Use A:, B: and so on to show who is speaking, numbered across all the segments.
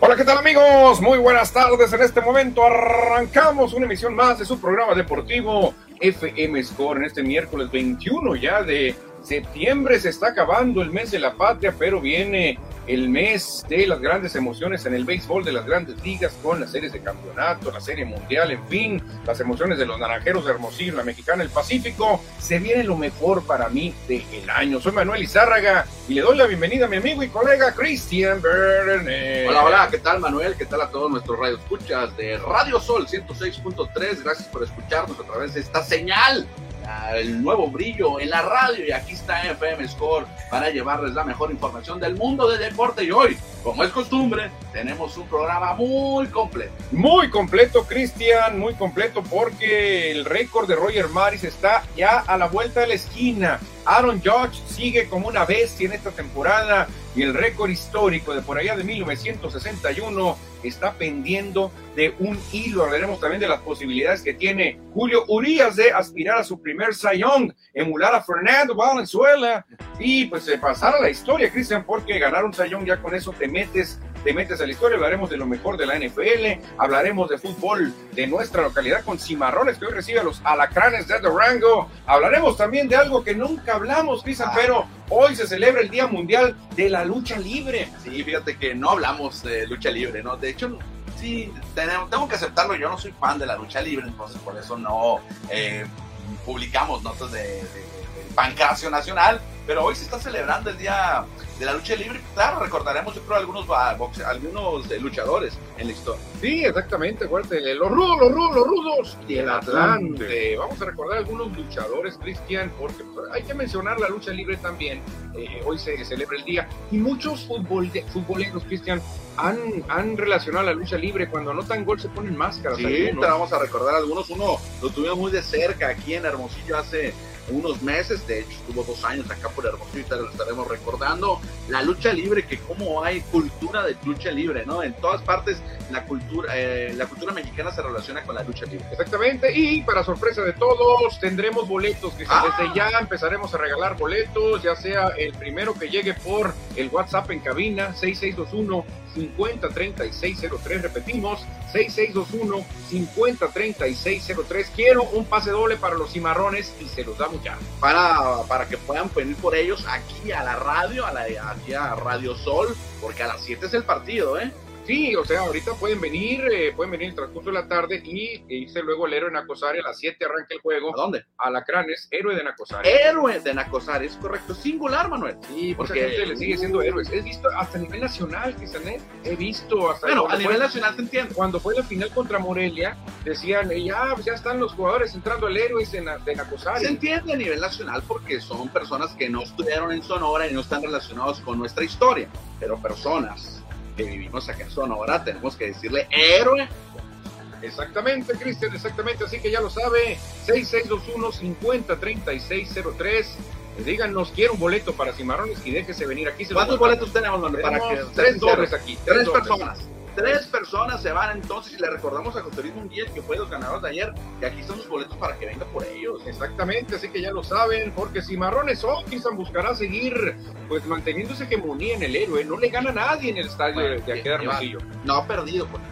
A: Hola, ¿qué tal amigos? Muy buenas tardes. En este momento arrancamos una emisión más de su programa deportivo FM Score. En este miércoles 21 ya de septiembre se está acabando el mes de la patria, pero viene el mes de las grandes emociones en el béisbol, de las grandes ligas, con las series de campeonato, la serie mundial, en fin, las emociones de los naranjeros de Hermosillo, la mexicana, el Pacífico. Se viene lo mejor para mí del año. Soy Manuel Izárraga y le doy la bienvenida a mi amigo y colega Cristian Bernet.
B: Hola, hola, ¿qué tal Manuel? ¿Qué tal a todos nuestros radioescuchas de Radio Sol 106.3? Gracias por escucharnos a través de esta señal, la- el nuevo brillo en la radio y aquí está FM Score para llevarles la mejor información del mundo del deporte y hoy, como es costumbre, tenemos un programa muy completo.
A: Muy completo, Cristian, muy completo porque el récord de Roger Maris está ya a la vuelta de la esquina. Aaron Judge sigue como una bestia en esta temporada y el récord histórico de por allá de 1961 está pendiendo de un hilo. Hablaremos también de las posibilidades que tiene Julio Urias de aspirar a su primer Cy Young, emular a Fernando Valenzuela y pues eh, pasar a la historia, Cristian, porque ganar un Cy Young ya con eso te metes te metes a la historia, hablaremos de lo mejor de la NFL, hablaremos de fútbol de nuestra localidad con Cimarrones que hoy recibe a los alacranes de Durango, hablaremos también de algo que nunca hablamos, Cristian,
B: Ah.
A: pero hoy se celebra el Día Mundial de la Lucha Libre.
B: Sí, fíjate que no hablamos de lucha libre, ¿no? De hecho, sí, tenemos- tengo que aceptarlo, yo no soy fan de la lucha libre, entonces por eso no eh, publicamos notas de, de- del pancracio nacional, pero hoy se está celebrando el día de la lucha libre, claro, recordaremos yo creo algunos, ba- boxe- algunos eh, luchadores en la historia.
A: Sí, exactamente, acuérdate, los rudos, los rudos, los rudos y el Atlante. Vamos a recordar algunos luchadores, Cristian, porque pues, hay que mencionar la lucha libre también. Eh, hoy se celebra el día y muchos futbol de- futboleros, Cristian, han, han relacionado la lucha libre. Cuando anotan gol se ponen máscaras.
B: Sí, te
A: algunos.
B: vamos a recordar algunos, uno lo tuvimos muy de cerca aquí en Hermosillo hace unos meses, de hecho estuvo dos años acá por Hermosillo y te lo estaremos recordando, la lucha libre, que como hay cultura de lucha libre, ¿no? En todas partes la cultura, eh, la cultura mexicana se relaciona con la lucha libre.
A: Exactamente, y para sorpresa de todos, tendremos boletos, Cristian.
B: Ah.
A: Desde ya empezaremos a regalar boletos, ya sea el primero que llegue por el WhatsApp en cabina, 6621-503603. Repetimos, 6621-503603. Quiero un pase doble para los cimarrones y se los damos ya.
B: para, para que puedan venir por ellos aquí a la radio, a la, aquí a Radio Sol, porque a las 7 es el partido, ¿eh?
A: Sí, o sea, ahorita pueden venir, eh, pueden venir en el transcurso de la tarde y e irse luego el héroe de Nacosari. A las 7 arranca el
B: ¿A
A: juego.
B: dónde?
A: Alacranes, héroe de Nacosari.
B: Héroe de Nacosar, es correcto, singular, Manuel.
A: Sí, mucha
B: Porque-
A: gente le sigue siendo héroes. He visto hasta a nivel nacional, Cristian, ¿eh? he visto hasta
B: Bueno, a
A: cuando,
B: nivel
A: fue,
B: nacional se entiende.
A: cuando fue la final contra Morelia, decían, eh, ya, pues ya están los jugadores entrando al héroes en, de Nacosari.
B: Ah, Se entiende a nivel nacional porque son personas que no estudiaron en Sonora y no están relacionados con nuestra historia, pero personas que vivimos acá en Sonora tenemos que decirle héroe.
A: Exactamente, Cristian, exactamente. Así que ya lo sabe, 6621-503603. Díganos, quiero un boleto para Cimarrones y déjese venir aquí. Se lo
B: ¿Cuántos
A: guardamos.
B: boletos tenemos, Manuel?
A: Tenemos
B: que-
A: tres dobles aquí.
B: Tres
A: dobles.
B: personas. Tres personas se van entonces y le recordamos a José Luis Munguía, que fue de los ganadores de ayer, que aquí están los boletos para que venga por ellos.
A: Exactamente, así que ya lo saben, porque si Marrones Okisan buscará seguir pues manteniendo esa hegemonía en el héroe, no le gana a nadie en el estadio
B: Bueno,
A: de, de aquí de
B: lleva-
A: Hermosillo.
B: No ha perdido, pues.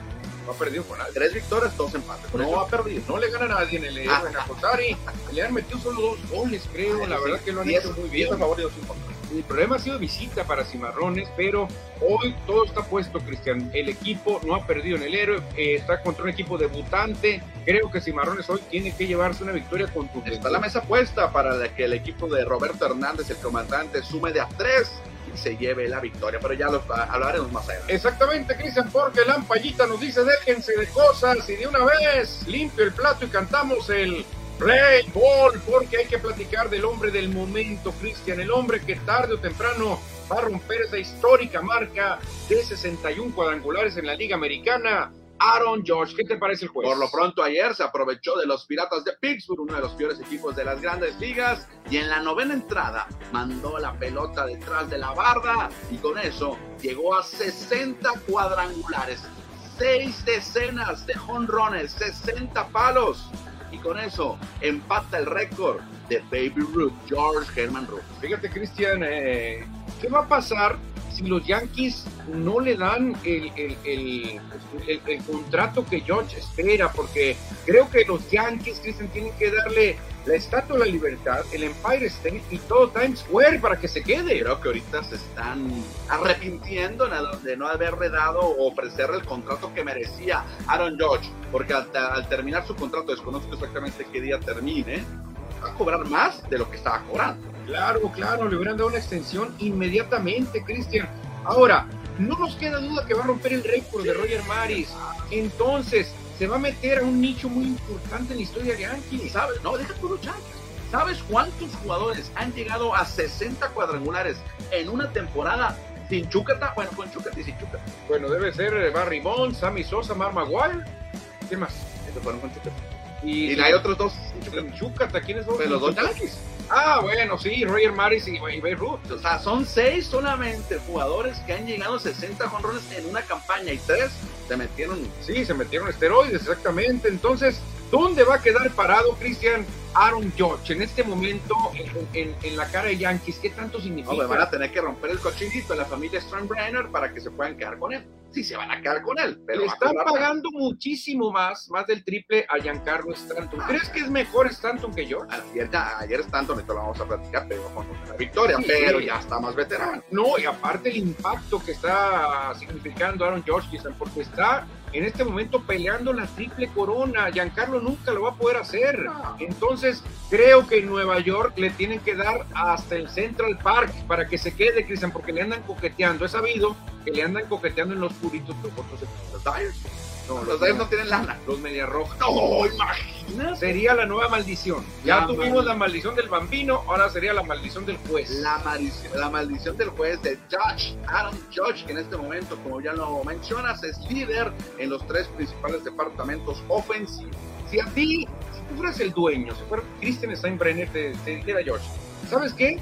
A: No ha perdido con nadie.
B: tres victorias, dos empates.
A: Por
B: no
A: eso-
B: ha perdido.
A: No le gana a nadie en el héroe
B: Ah.
A: en Acosari. Le han metido solo dos goles, creo. La
B: Sí,
A: verdad que lo han
B: y
A: hecho
B: eso-
A: muy
B: y
A: bien.
B: eso a favor de los importantes.
A: El problema ha sido visita para Cimarrones, pero hoy todo está puesto, Cristian. El equipo no ha perdido en el héroe, eh, está contra un equipo debutante. Creo que Cimarrones hoy tiene que llevarse una victoria contundente.
B: Está la mesa puesta para la que el equipo de Roberto Hernández, el comandante, sume de a tres y se lleve la victoria. Pero ya lo ah, hablaremos más adelante.
A: Eh, Exactamente, Cristian, porque Lampallita nos dice déjense de cosas y de una vez limpio el plato y cantamos el Play Ball, porque hay que platicar del hombre del momento, Cristian, el hombre que tarde o temprano va a romper esa histórica marca de 61 cuadrangulares en la Liga Americana. Aaron Josh, ¿qué te parece el juez?
B: Por lo pronto ayer se aprovechó de los Piratas de Pittsburgh, uno de los peores equipos de las grandes ligas, y en la novena entrada mandó la pelota detrás de la barra y con eso llegó a 60 cuadrangulares, seis decenas de jonrones, 60 palos y con eso empata el récord de Baby Ruth, George Herman Ruth.
A: Fíjate, Cristian, eh, ¿qué va a pasar si los Yankees no le dan el, el, el, el, el contrato que George espera, porque creo que los Yankees, Cristian, tienen que darle la Estatua de la Libertad, el Empire State y todo Times Square para que se quede.
B: Creo que ahorita se están arrepintiendo de no haberle dado o ofrecerle el contrato que merecía Aaron George, porque al, al terminar su contrato, desconozco exactamente qué día termine, va a cobrar más de lo que estaba cobrando.
A: Claro, claro, le hubieran dado una extensión inmediatamente, Cristian. Ahora, no nos queda duda que va a romper el récord de Roger Maris. Entonces, se va a meter a un nicho muy importante en la historia de Yankees.
B: ¿Sabes? No, deja por los Yankees. ¿Sabes cuántos jugadores han llegado a 60 cuadrangulares en una temporada sin Chucata? Bueno, con Chucata y sin Chucata.
A: Bueno, debe ser eh, Barry Bonds, Sammy Sosa, Mar Maguire. ¿Qué más? Estos fueron con Chucata.
B: Y, y hay otros dos
A: sin Chucata. ¿Quiénes son?
B: Pero los dos Yankees.
A: Ah, bueno, sí, Roger Maris y, y Bay Ruth.
B: O sea, son seis solamente jugadores que han llegado a 60 jonrones en una campaña y tres se metieron.
A: Sí, se metieron esteroides, exactamente. Entonces, ¿dónde va a quedar parado Christian Aaron George en este momento en, en, en la cara de Yankees? ¿Qué tanto significa?
B: No, van a tener que romper el cochinito a la familia Steinbrenner para que se puedan quedar con él. Sí, se van a quedar con él. Pero
A: Le están pagando muchísimo más, más del triple a Giancarlo Stanton. Ah, ¿Crees que es mejor Stanton que George?
B: Ayer, ayer Stanton, esto lo vamos a platicar, pero con la victoria, sí, pero sí. ya está más veterano.
A: No, y aparte el impacto que está significando Aaron George, porque está en este momento peleando la triple corona. Giancarlo nunca lo va a poder hacer. Entonces, creo que en Nueva York le tienen que dar hasta el Central Park para que se quede, Cristian, porque le andan coqueteando. He sabido que le andan coqueteando en los puritos los otros
B: los Dyers. No, los, los Dyers no tienen lana.
A: Los media rojas.
B: No, imagínate.
A: Sería la nueva maldición. Ya la tuvimos mal. la maldición del bambino, ahora sería la maldición del juez.
B: La maldición, la maldición del juez de Judge, Aaron Judge, que en este momento, como ya lo mencionas, es líder en los tres principales departamentos ofensivos.
A: Si a ti, si tú fueras el dueño, si fuera Christian Steinbrenner, te, te dijera George, ¿sabes qué?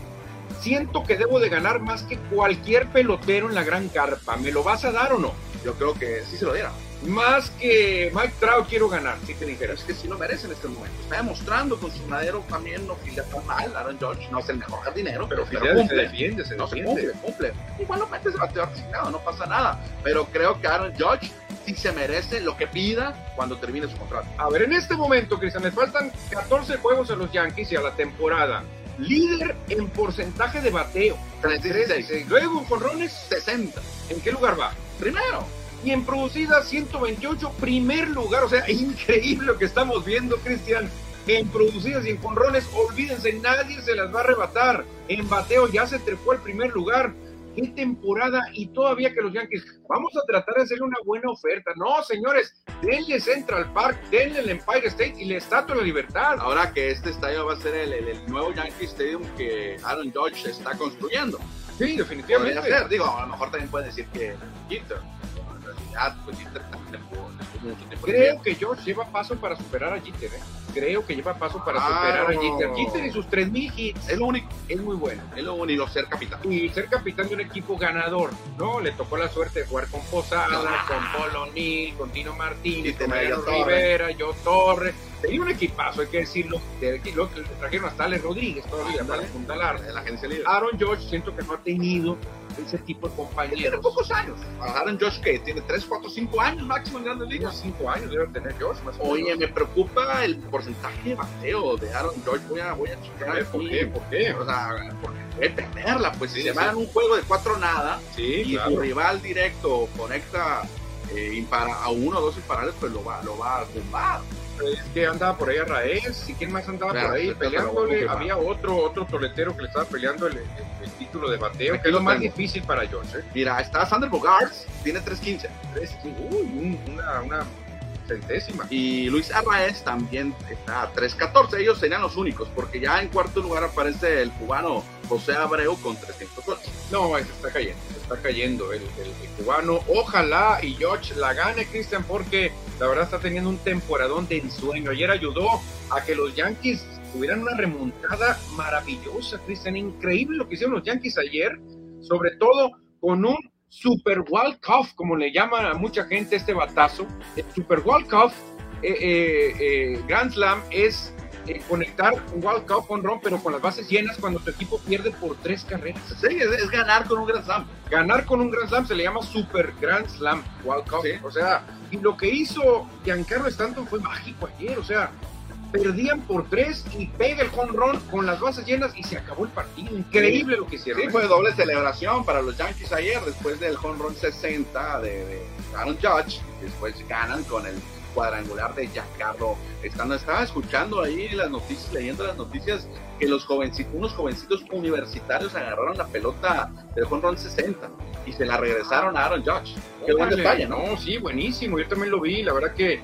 A: siento que debo de ganar más que cualquier pelotero en la gran carpa. ¿Me lo vas a dar o no?
B: Yo creo que sí se lo diera.
A: Más que Mike Trout quiero ganar, si te dijeras.
B: Es que sí lo merece en este momento. Está demostrando con su madero también no fila tan mal. Aaron George no es el mejor jardinero, pero, pero, pero cumple.
A: Se defiende, se
B: no
A: defiende.
B: se cumple, cumple. Igual lo metes a bateador asignado, no pasa nada. Pero creo que Aaron George sí se merece lo que pida cuando termine su contrato.
A: A ver, en este momento, Cristian, le faltan 14 juegos a los Yankees y a la temporada líder en porcentaje de bateo.
B: 36. 36.
A: Luego Forrones,
B: 60.
A: ¿En qué lugar va?
B: Primero.
A: Y en producidas 128, primer lugar. O sea, increíble lo que estamos viendo, Cristian. En producidas y en conrones, olvídense, nadie se las va a arrebatar. En bateo ya se trepó al primer lugar. Qué temporada y todavía que los Yankees vamos a tratar de hacerle una buena oferta. No, señores, denle Central Park, denle el Empire State y la Estatua de la Libertad.
B: Ahora que este estadio va a ser el, el, el nuevo Yankee Stadium que Aaron George está construyendo.
A: Sí, definitivamente.
B: Ser? Digo, a lo mejor también pueden decir que Jeter. En realidad, pues Jeter también le pudo, le pudo mucho tiempo.
A: Creo que George lleva paso para superar a Jeter, ¿eh? creo que lleva paso para superar ah, no. a Jeter. Jeter y sus 3.000 hits.
B: Es lo único.
A: Es muy bueno.
B: Es lo único, ser capitán.
A: Y ser capitán de un equipo ganador, ¿no? Le tocó la suerte de jugar con Posada, ah. con Polo O'Neill, con Tino Martínez, con Mario Rivera, Yo Torres. Tenía un equipazo, hay que decirlo. De aquí, lo que trajeron hasta Alex Rodríguez todavía ah, para apuntalar.
B: De la agencia libre.
A: Aaron George siento que no ha tenido ese tipo de compañeros.
B: Tiene pocos años. Aaron Josh, que tiene 3, 4, 5 años máximo en Grandes Ligas.
A: 5 años debe tener Josh. Más
B: Oye, menos. me preocupa el porcentaje de bateo de Aaron Josh. Voy a, voy a checar.
A: ¿Por, ¿Por qué? ¿Por qué?
B: O sea, porque debe tenerla. Pues si sí, se sí. van un juego de 4 nada
A: sí,
B: y
A: claro.
B: tu rival directo conecta eh, impara, a uno o dos imparables, pues lo va, lo va a tumbar
A: es que andaba por ahí a Raez, y quién más andaba claro, por ahí peleándole, había otro, otro toletero que le estaba peleando el, el, el título de bateo, Aquí que es lo más tengo. difícil para George. ¿eh?
B: Mira, está Sander Bogarts, tiene 3.15.
A: 3.15, uy, una, una centésima.
B: Y Luis Arraez también está a 3.14, ellos serían los únicos, porque ya en cuarto lugar aparece el cubano José Abreu con 308.
A: No, se está cayendo, se está cayendo el, el, el cubano. Ojalá y George la gane, Cristian, porque la verdad está teniendo un temporadón de ensueño. Ayer ayudó a que los Yankees tuvieran una remontada maravillosa, Cristian. Increíble lo que hicieron los Yankees ayer, sobre todo con un Super Wild Cuff, como le llaman a mucha gente este batazo. El Super Wild Cuff, eh, eh, eh, Grand Slam, es eh, conectar un Walcott con Ron, pero con las bases llenas cuando tu equipo pierde por tres carreras.
B: Sí, es, es ganar con un gran slam.
A: Ganar con un Grand Slam se le llama Super Grand Slam Walcott.
B: Sí.
A: O sea, y lo que hizo Giancarlo Stanton fue mágico ayer. O sea, perdían por tres y pega el home run con las bases llenas y se acabó el partido. Increíble lo que hicieron.
B: Sí,
A: ¿eh?
B: fue doble celebración para los Yankees ayer después del home run 60 de, de Aaron Judge. Después ganan con el cuadrangular de Giancarlo. Estando, estaba escuchando ahí las noticias, leyendo las noticias, que los jovencitos, unos jovencitos universitarios agarraron la pelota del home run 60 y se la regresaron a Aaron Judge. Qué buen
A: Órale.
B: detalle, ¿no?
A: Sí, buenísimo. Yo también lo vi. La verdad que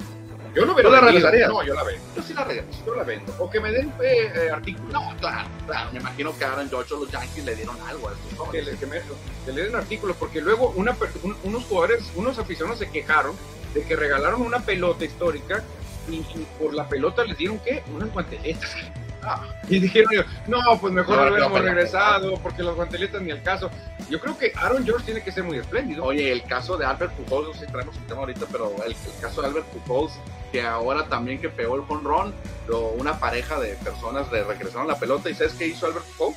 A: yo lo veo.
B: ¿Tú la regresarías?
A: No, yo la vendo.
B: Yo sí la regreso.
A: Yo la vendo. O que me den eh, eh, artículos.
B: No, claro, claro. Me imagino que a Aaron Judge o los Yankees le dieron algo a estos
A: que
B: jóvenes.
A: le, que me- que le den artículos, porque luego una per- un- unos jugadores, unos aficionados se quejaron de que regalaron una pelota histórica y, y por la pelota les dieron qué? Unas guanteletas. Ah, y dijeron, no, pues mejor
B: No,
A: no,
B: no,
A: hubiéramos
B: pero-
A: regresado, porque las guanteletas ni el caso. Yo creo que Aaron George tiene que ser muy espléndido.
B: Oye, el caso de Albert Pujols, no sé si traemos el tema ahorita, pero el, el caso de Albert Pujols, que ahora también que pegó el jonrón, lo- una pareja de personas le regresaron la pelota y ¿sabes qué hizo Albert Pujols?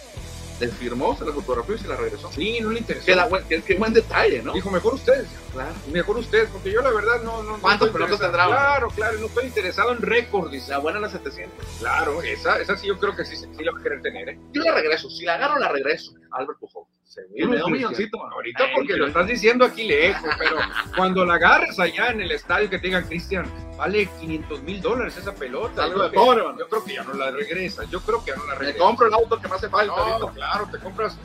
B: Le firmó, se la fotografió y se la regresó.
A: Sí, no le interesó.
B: Qué, la buen- qué- qué buen detalle, ¿no?
A: Dijo, mejor ustedes,
B: Claro.
A: mejor ustedes, porque yo la verdad no... no no
B: ¿Cuántas
A: estoy
B: pelotas
A: interesado.
B: tendrá?
A: Claro, claro, no estoy interesado en récords, dice.
B: La buena la 700.
A: Claro, esa, esa sí yo creo que sí, sí la va a querer tener, ¿eh?
B: Yo la regreso, si la agarro, la regreso. Albert Pujols. Y me da un milloncito, mano.
A: Ahorita
B: Ay,
A: porque lo
B: Cristian.
A: estás diciendo aquí lejos, pero cuando la agarres allá en el estadio que te digan, Cristian, vale 500 mil dólares esa pelota.
B: Algo de
A: Yo creo
B: pobre,
A: que-
B: mano.
A: Yo creo que ya no la regresas, yo creo que ya no la
B: Me
A: regresas.
B: compro el auto que me hace falta.
A: No,
B: ahorita.
A: claro, te compras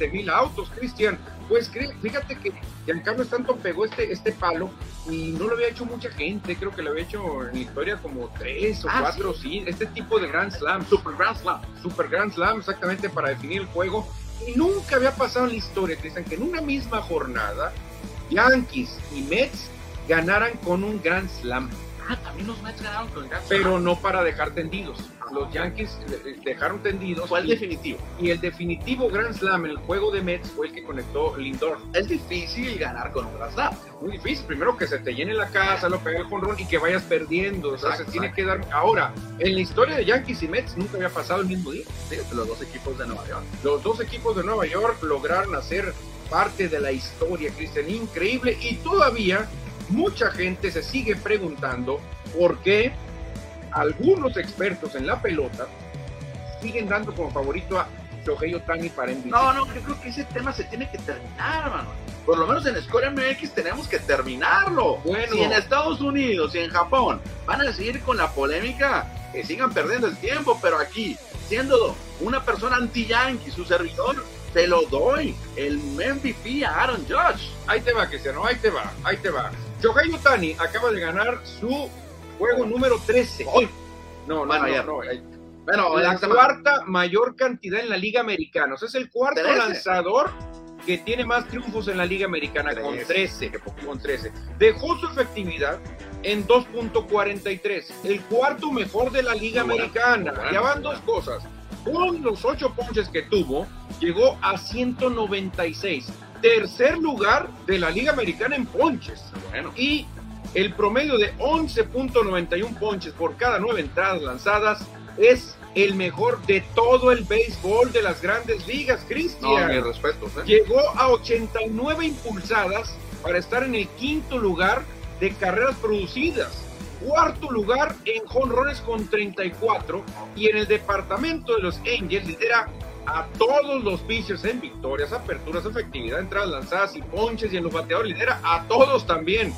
A: 20 mil autos, Cristian. Pues cre- fíjate que Giancarlo Stanton pegó este, este palo y no lo había hecho mucha gente, creo que lo había hecho en la historia como tres o
B: Ah,
A: cuatro, sí. este tipo de Grand Slam.
B: Super Grand Slam.
A: Super Grand Slam, exactamente para definir el juego. Y nunca había pasado en la historia, Cristian, que en una misma jornada, Yankees y Mets ganaran con un Grand Slam,
B: Ah, también los Mets ganaron con el Grand Slam.
A: pero no para dejar tendidos. Los Yankees eh, dejaron tendidos
B: ¿Cuál
A: y,
B: definitivo?
A: y el definitivo Grand Slam en el juego de Mets fue el que conectó Lindor.
B: Es difícil ganar con un Grand Slam.
A: Muy difícil, primero que se te llene la casa, lo pega el jonrón y que vayas perdiendo. O sea, se
B: Exacto,
A: tiene que dar. Ahora, en la historia de Yankees y Mets nunca había pasado el mismo día.
B: Sí, los dos equipos de Nueva York.
A: Los dos equipos de Nueva York lograron hacer parte de la historia, Cristian, increíble. Y todavía mucha gente se sigue preguntando por qué algunos expertos en la pelota siguen dando como favorito a Shohei Otani para MVP.
B: No, no, yo creo que ese tema se tiene que terminar, mano. Por lo menos en Score MX tenemos que terminarlo.
A: Bueno.
B: Si en Estados Unidos y en Japón van a seguir con la polémica, que sigan perdiendo el tiempo, pero aquí, siendo una persona anti-yankee, su servidor, te lo doy. El MVP a Aaron Judge.
A: Ahí te va, Cristiano, ahí te va, ahí te va. Shohei Otani acaba de ganar su juego número 13.
B: Hoy.
A: No, no,
B: Bueno,
A: no,
B: ayer.
A: no, eh,
B: Bueno,
A: la
B: esta semana-
A: cuarta mayor cantidad en la Liga Americana. O sea, es el cuarto
B: Trece.
A: lanzador que tiene más triunfos en la Liga Americana, con
B: Trece.
A: 13. Con 13. Dejó su efectividad en 2.43, el cuarto mejor de la Liga
B: Muy bueno,
A: Americana.
B: muy bueno,
A: ya van
B: muy
A: dos cosas. Con los ocho ponches que tuvo, llegó a 196. Tercer lugar de la Liga Americana en ponches
B: Bueno,
A: y el promedio de 11.91 ponches por cada nueve entradas lanzadas es el mejor de todo el béisbol de las grandes ligas,
B: no,
A: Cristian.
B: mis respetos, ¿eh?
A: Llegó a 89 impulsadas para estar en el quinto lugar de carreras producidas, cuarto lugar en jonrones con 34 y en el departamento de los Angels lidera a todos los pitchers en victorias, aperturas, efectividad, entradas lanzadas y ponches y en los bateadores lidera a todos también.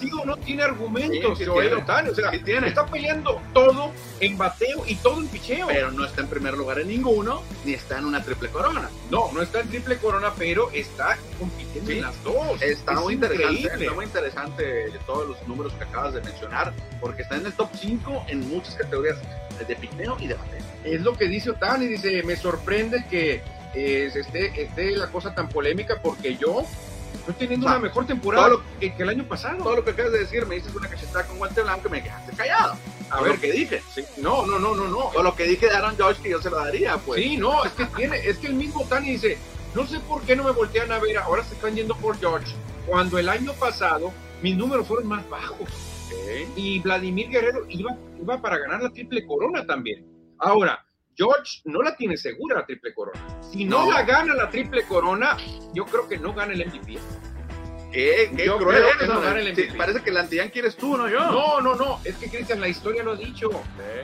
A: Sí o no tiene argumentos,
B: Sí, sí
A: Shohei
B: tiene.
A: Ohtani, o sea,
B: Sí tiene.
A: está peleando todo en bateo y todo en picheo.
B: Pero no está en primer lugar en ninguno, ni está en una triple corona.
A: No, no está en triple corona, pero está compitiendo
B: Sí.
A: en las dos.
B: Está
A: Es
B: muy interesante,
A: increíble.
B: está muy interesante todos los números que acabas de mencionar, porque está en el top 5 en muchas categorías eh, de piqueo y de bateo.
A: Es lo que dice Otani, dice, me sorprende que eh, se esté, esté la cosa tan polémica porque yo estoy teniendo
B: Va.
A: una mejor temporada
B: Todo
A: que, que el año pasado.
B: Todo lo que acabas de decir me dices una cachetada con guante blanco y me dejaste callado.
A: A
B: Todo
A: ver,
B: lo que dije.
A: sí, no, no, no, no, no.
B: O lo que dije de Aaron Josh que yo se lo daría, pues.
A: Sí, no, es que tiene, es que el mismo Otani dice, no sé por qué no me voltean a ver, ahora se están yendo por George, cuando el año pasado mis números fueron más bajos.
B: Ok.
A: y Vladimir Guerrero iba, iba para ganar la triple corona también. Ahora, George no la tiene segura la triple corona. Si no,
B: No.
A: la gana la triple corona, yo creo que no gana el MVP.
B: ¿Qué, qué
A: Yo
B: cruel
A: creo
B: eres,
A: que no
B: Adán.
A: gana el
B: Sí,
A: MVP.
B: Parece que el antillán quieres tú, no yo.
A: No, no, no. Es que, Cristian, la historia lo ha dicho.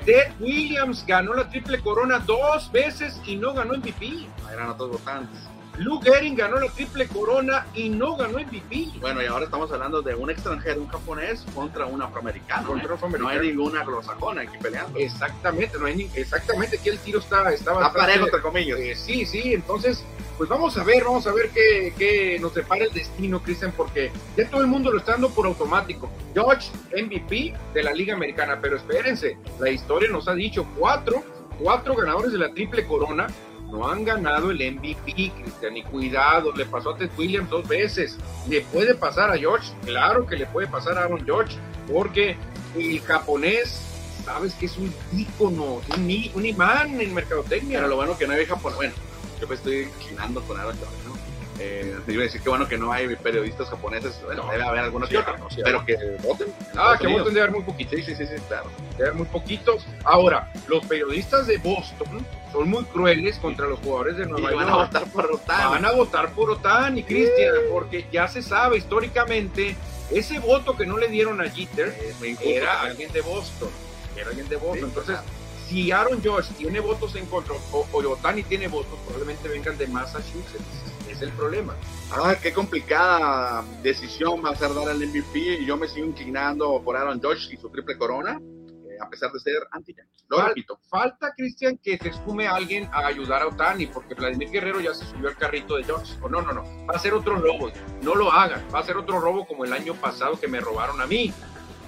A: Ted Williams ganó la triple corona dos veces y no ganó MVP.
B: Ah, Eran otros votantes.
A: Luke Gehring ganó la triple corona y no ganó MVP.
B: Bueno, y ahora estamos hablando de un extranjero, un japonés, contra un afroamericano.
A: Contra
B: ¿eh?
A: un afroamericano. Eh,
B: No hay ninguna anglosajona aquí peleando.
A: Exactamente, no hay ni- exactamente que el tiro está, está
B: Está
A: bastante-
B: parejo, entre comillas.
A: Eh, sí, sí, entonces, pues vamos a ver, vamos a ver qué, qué nos depara el destino, Cristian, porque ya todo el mundo lo está dando por automático. George, MVP de la Liga Americana, pero espérense, la historia nos ha dicho cuatro, cuatro ganadores de la triple corona no han ganado el MVP, Cristian, y cuidado, le pasó a Ted Williams dos veces, le puede pasar a George, claro que le puede pasar a Aaron George, porque el japonés, sabes que es un ícono, un, i- un imán en mercadotecnia.
B: Pero lo bueno que no hay japonés. Bueno, yo me estoy inclinando con Aaron George, ¿no? Eh, iba a decir que bueno que no hay periodistas japoneses. Bueno,
A: No.
B: debe haber algunos
A: Sí,
B: que otros,
A: no, sí,
B: pero que voten. en
A: Ah,
B: Estados
A: que
B: Unidos.
A: Boston debe haber muy poquitos,
B: Sí, sí, sí, sí, claro.
A: debe haber muy poquitos. Ahora, los periodistas de Boston son muy crueles contra los jugadores de
B: Y
A: Nueva
B: van a
A: York.
B: votar por
A: Van
B: Rotan.
A: a votar por Otani, y Cristian, porque ya se sabe históricamente, ese voto que no le dieron a Jeter
B: Eh, me injusto,
A: era
B: ¿sabes?
A: alguien de Boston. Era alguien de Boston.
B: Sí,
A: Entonces,
B: claro.
A: si Aaron George tiene votos en contra o, o Otani tiene votos, probablemente vengan de Massachusetts. Es el problema.
B: Ah, qué complicada decisión va a ser dar al MVP. y Yo me sigo inclinando por Aaron Josh y su triple corona, eh, a pesar de ser anti Lo
A: Vale.
B: repito.
A: Falta, Cristian, que se sume alguien a ayudar a Otani, porque Vladimir Guerrero ya se subió al carrito de George. O no, no, no. Va a ser otro robo. No lo hagan. Va a ser otro robo como el año pasado que me robaron a mí.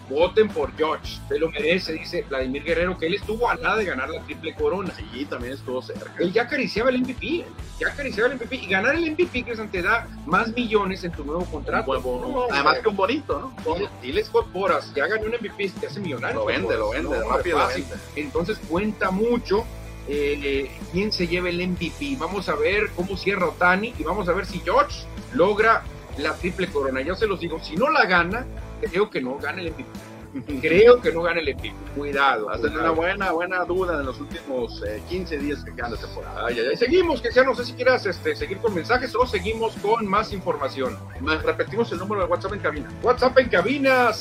A: Voten por George. Se lo merece, dice Vladimir Guerrero, que él estuvo a nada de ganar la triple corona.
B: Sí, también estuvo cerca.
A: Él ya acariciaba el MVP. Ya acariciaba el MVP. Y ganar el MVP, Cristian, te da más millones en tu nuevo contrato.
B: Un buen-
A: No,
B: Además que un bonito, ¿no?
A: Dile- Diles corporas, ya ganó un MVP, te hace millonario.
B: Lo vende, lo
A: Corporas.
B: vende,
A: No,
B: rápido lo
A: fácil.
B: vende.
A: Entonces cuenta mucho eh, eh, quién se lleva el MVP. Vamos a ver cómo cierra Otani y vamos a ver si George logra la triple corona. Yo se los digo, si no la gana, creo que no gana el MVP. Creo que no gana el MVP. Cuidado.
B: Va a ser
A: cuidado.
B: una buena, buena duda en los últimos eh, 15 días que quedan de temporada.
A: Ay, ay, ay. Seguimos, que sea, no sé si quieras este, seguir con mensajes o seguimos con más información.
B: Más, repetimos el número de WhatsApp en cabina.
A: WhatsApp en cabina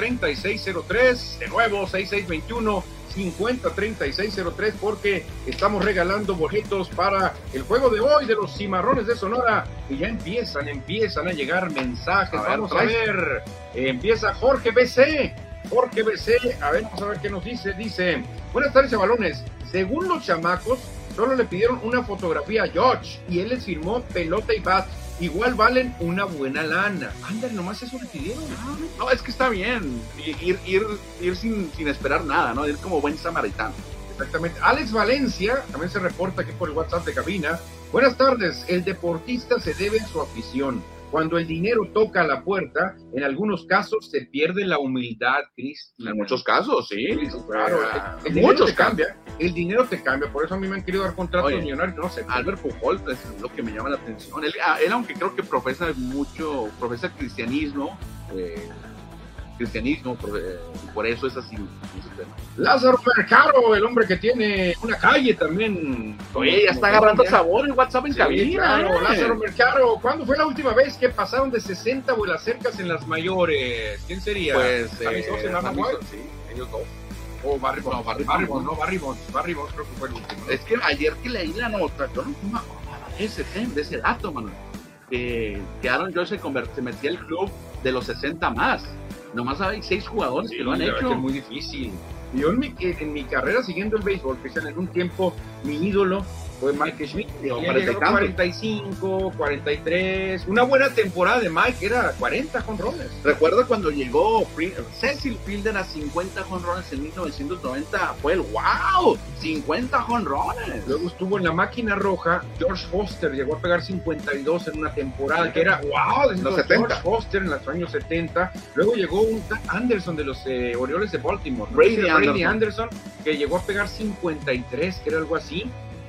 A: 6621-503603. De nuevo, 6621-503603 porque estamos regalando boletos para el juego de hoy de los Cimarrones de Sonora. Y ya empiezan, empiezan a llegar mensajes.
B: A ver,
A: vamos a
B: traes.
A: ver. Empieza Jorge BC. Jorge BC. A ver, vamos a ver qué nos dice. Dice, buenas tardes, chavalones. Según los chamacos, solo le pidieron una fotografía a George y él les firmó pelota y bat. Igual valen una buena lana. Ándale, nomás eso le pidieron.
B: No, es que está bien. Y- Ir, ir, ir sin, sin esperar nada, ¿no? Ir como buen samaritano.
A: Exactamente. Alex Valencia también se reporta aquí por el WhatsApp de cabina. Buenas tardes. El deportista se debe a su afición. Cuando el dinero toca la puerta, en algunos casos se pierde la humildad, Cristian.
B: En muchos casos, sí.
A: Claro,
B: Ah,
A: el- el dinero
B: muchos
A: te
B: casos.
A: cambia. El dinero te cambia. Por eso a mí me han querido dar contratos
B: Oye,
A: millonarios. No sé.
B: Albert Pujol pues, es lo que me llama la atención. Él, ah, él, aunque creo que profesa mucho, profesa cristianismo, eh, cristianismo, pro- eh, y por eso es así. en su tema.
A: Lázaro Mercado, el hombre que tiene una calle también.
B: Oye, ya
A: Como-
B: está agarrando
A: como-
B: sabor el WhatsApp en
A: Sí,
B: cabina.
A: claro,
B: ¿eh?
A: Lázaro Mercado, ¿cuándo fue la última vez que pasaron de 60 vuelas cercas en las mayores? ¿Quién sería?
B: Pues,
A: Sammy
B: eh,
A: Sosa y Nana
B: Sammy
A: White.
B: Sosa, sí, ellos dos.
A: o Oh, Barry Bonds.
B: no, Barry
A: Barry Bonds,
B: Bonds.
A: no, Barry Bonds, Barry Bonds creo que fue el último. ¿no?
B: Es que ayer que leí la nota, yo no me acordaba de ese, tema, de ese dato, Manuel. Que, que Aaron Joyce se, conver- se metía el club de los 60 más. Nomás hay seis jugadores que lo han
A: la verdad
B: hecho.
A: que es muy difícil. Yo en mi, en mi carrera siguiendo el béisbol, Cristian, en un tiempo mi ídolo fue Mike Schmidt.
B: Digo,
A: Él
B: 40 y
A: llegó
B: tantos.
A: 45, 43. Una buena temporada de Mike era 40 con Rollers.
B: Recuerdo cuando llegó Fri- Cecil Fielder a 50 jonrones en 1990, fue el wow, 50 jonrones.
A: Luego estuvo en la máquina roja, George Foster llegó a pegar 52 en una temporada, que era wow, desde
B: Los
A: los
B: 70.
A: George Foster en los años 70. Luego llegó un Tan Anderson de los eh, Orioles de Baltimore, ¿no?
B: Brady
A: Ese Anderson, que llegó a pegar 53, que era algo así,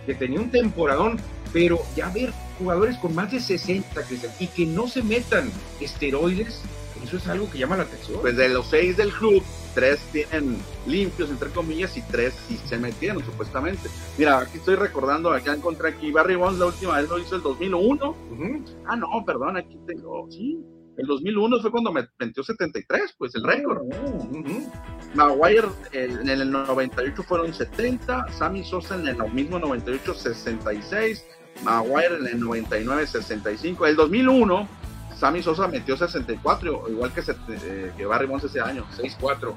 A: que tenía un temporadón, pero ya ver jugadores con más de 60 Cristian, y que no se metan esteroides, eso es algo que llama la atención.
B: Pues de los pues seis del club, tres tienen limpios, entre comillas, y tres sí se metieron, supuestamente. Mira, aquí estoy recordando, acá encontré aquí Barry Bonds, la última vez lo hizo el 2001.
A: Ujú.
B: Ah, no, perdón, aquí tengo, sí. El 2001 fue cuando me metió 73, pues el récord.
A: Ujú.
B: Maguire el- en el 98 fueron 70, Sammy Sosa en el mismo 98 66, Maguire en el 99 65, el 2001 Sammy Sosa metió 64, igual que, se- eh, que Barry Bonds ese año, 6-4.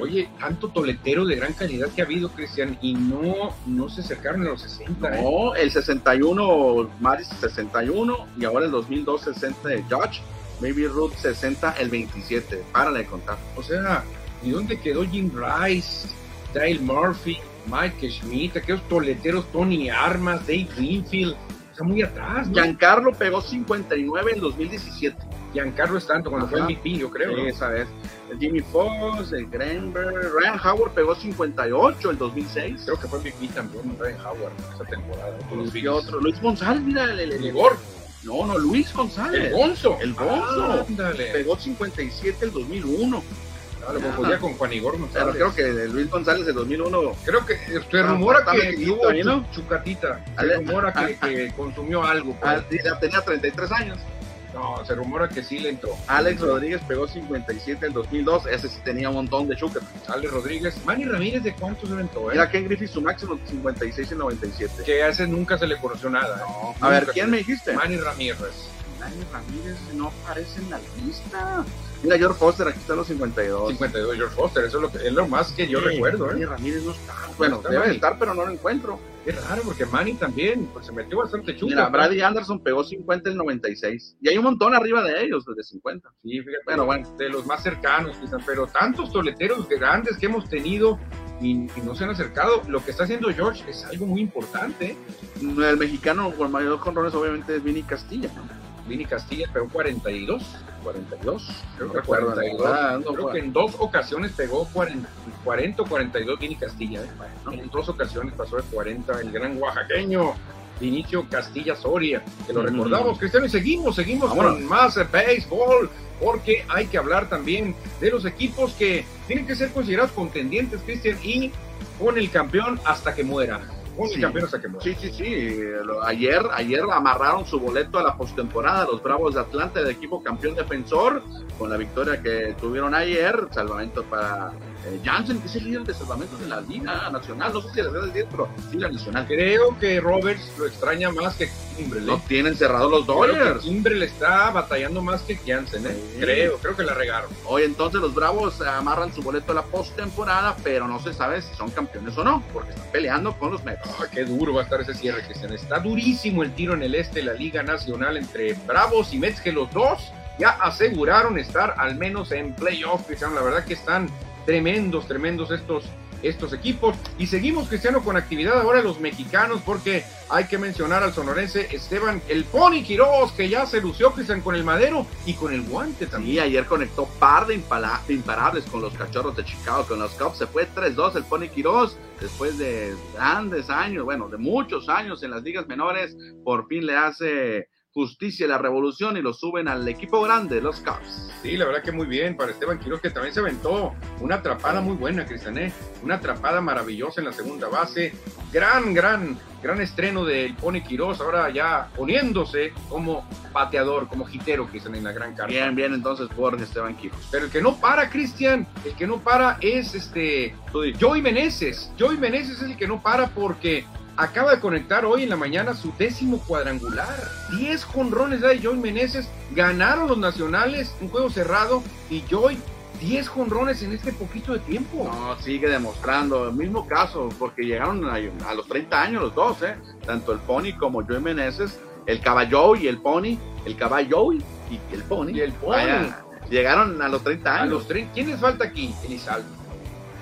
A: Oye, tanto toletero de gran calidad que ha habido, Cristian, y no, no se acercaron a los 60. ¿eh?
B: No, el 61 Maris 61 y ahora el 2002 60 de Judge, Baby Ruth 60 el 27, párale de contar.
A: O sea, ¿y dónde quedó Jim Rice, Dale Murphy, Mike Schmidt, aquellos toleteros Tony Armas, Dave Greenfield? O sea, muy atrás, ¿no?
B: Giancarlo pegó 59 en 2017.
A: Giancarlo Stanton cuando fue
B: Ajá.
A: MVP, yo creo.
B: Sí,
A: ¿no?
B: esa vez. El Jimmy Fox, el Grenberg, Ryan Howard pegó 58 el 2006.
A: Creo que fue MVP también, Ryan Howard, esa temporada. con los
B: Y
A: Phillies.
B: otro, Luis González, mira, el,
A: El
B: el- el-
A: Igor,
B: no, no, Luis González.
A: el Gonzo. Ah,
B: El Gonzo.
A: Ándale.
B: Pegó 57 el 2001.
A: Ah, lo confundía con Juan Igor
B: Pero
A: González.
B: creo que el Luis González el 2001.
A: Creo que se rumora
B: Está
A: que
B: pequeñito
A: tuvo
B: Ah, ahí, ¿no?
A: chu- chucatita. Se
B: Ale-
A: rumora que, que consumió algo. pero
B: Ah, y ya tenía 33 años.
A: No, se rumora que sí le entró.
B: Alex Rodríguez pegó 57 el 2002. Ese sí tenía un montón de chucas.
A: Alex Rodríguez. Manny Ramírez, ¿de cuántos se aventó? eh?
B: Mira, Ken Griffith su máximo 56 y 97.
A: Que a ese nunca se le conoció nada. eh.
B: A ver,
A: Nunca
B: ¿quién Pues-
A: se-
B: me dijiste?
A: Manny Ramírez.
B: Dani Ramírez no aparece en la lista. Mira, George Foster, aquí están los 52.
A: 52, George Foster. Eso es lo, que, es lo más que yo
B: Sí,
A: recuerdo.
B: Dani
A: ¿eh?
B: Ramírez no está. Bueno,
A: está
B: debe de
A: Manny.
B: estar, pero no lo encuentro.
A: Es raro porque Manny también pues, se metió bastante chulo.
B: Mira, Brady Anderson pegó 50 el 96. Y hay un montón arriba de ellos, desde 50.
A: Sí, fíjate,
B: Bueno, bueno.
A: de los más cercanos, quizás, pero tantos toleteros grandes que hemos tenido y, y no se han acercado. Lo que está haciendo George es algo muy importante. ¿eh?
B: El mexicano con mayor conrones, obviamente, es Vini Castilla. ¿no?
A: Vini Castilla pegó 42.
B: 42.
A: Creo
B: No
A: que
B: recuerdo,
A: 42.
B: la verdad, Ah, no
A: Creo que
B: recuerdo.
A: en dos ocasiones pegó 40, 40 o 42 Vini Castilla. ¿eh?
B: ¿no?
A: En dos ocasiones pasó de 40 el gran oaxaqueño Vinicio Castilla Soria, que lo
B: Mm.
A: recordamos, Cristiano, y seguimos, seguimos
B: Vámonos.
A: con más eh, béisbol, porque hay que hablar también de los equipos que tienen que ser considerados contendientes, Cristian, y con el campeón hasta que muera. Con
B: Sí.
A: el campeón hasta que muera.
B: Sí, sí, sí. Lo- Ayer, ayer amarraron su boleto a la postemporada los Bravos de Atlanta, el equipo campeón defensor, con la victoria que tuvieron ayer. Salvamento para eh, Jansen, que es el líder de salvamento de la Liga Nacional. No sé si les da el líder, pero sí la Nacional.
A: Creo que Roberts lo extraña más que Kimbrel.
B: Lo tienen cerrado los
A: Creo que
B: Dodgers.
A: Kimbrel está batallando más que Jansen, ¿eh?
B: Sí.
A: Creo, creo que la regaron.
B: Hoy entonces los Bravos amarran su boleto a la postemporada, pero no se sabe si son campeones o no, porque están peleando con los Mets.
A: Ah, qué duro va a estar ese cierre, Cristian. Está durísimo el tiro en el este de la Liga Nacional entre Bravos y Mets, que los dos ya aseguraron estar al menos en playoff, Cristian. La verdad que están tremendos, tremendos estos, estos equipos. Y seguimos, Cristiano, con actividad ahora de los mexicanos, porque hay que mencionar al sonorense Esteban El Pony Quiroz, que ya se lució, Cristian, con el madero y con el guante también.
B: Y ayer conectó par de impala- de imparables con los cachorros de Chicago, con los Cubs. Se fue 3-2 el Pony Quirós. Después de grandes años, bueno, de muchos años en las ligas menores, por fin le hace justicia la revolución y lo suben al equipo grande, los Cubs.
A: Sí, la verdad que muy bien para Esteban Quiroz, que también se aventó una atrapada muy buena, Cristian, ¿eh? una atrapada maravillosa en la segunda base. Gran, gran, gran estreno del Pone Quiroz, ahora ya poniéndose como pateador, como jitero, Cristian, en la gran carta.
B: Bien, bien, entonces por Esteban Quirós.
A: Pero el que no para, Cristian, el que no para es este
B: Tú di.
A: Joey Meneses. Joey Meneses es el que no para porque acaba de conectar hoy en la mañana su décimo cuadrangular. 10 jonrones de Joey Meneses. Ganaron los nacionales, un juego cerrado. Y Joey, 10 jonrones en este poquito de tiempo.
B: No, sigue demostrando. El mismo caso, porque llegaron a, a los 30 años los dos, ¿eh? Tanto el Pony como Joey Meneses, el Caballo y el Pony, el Caballo y el Pony.
A: Y el Pony.
B: Vaya, llegaron a los 30 años,
A: A Ah, los tres, ¿quién les falta aquí? Elizalde.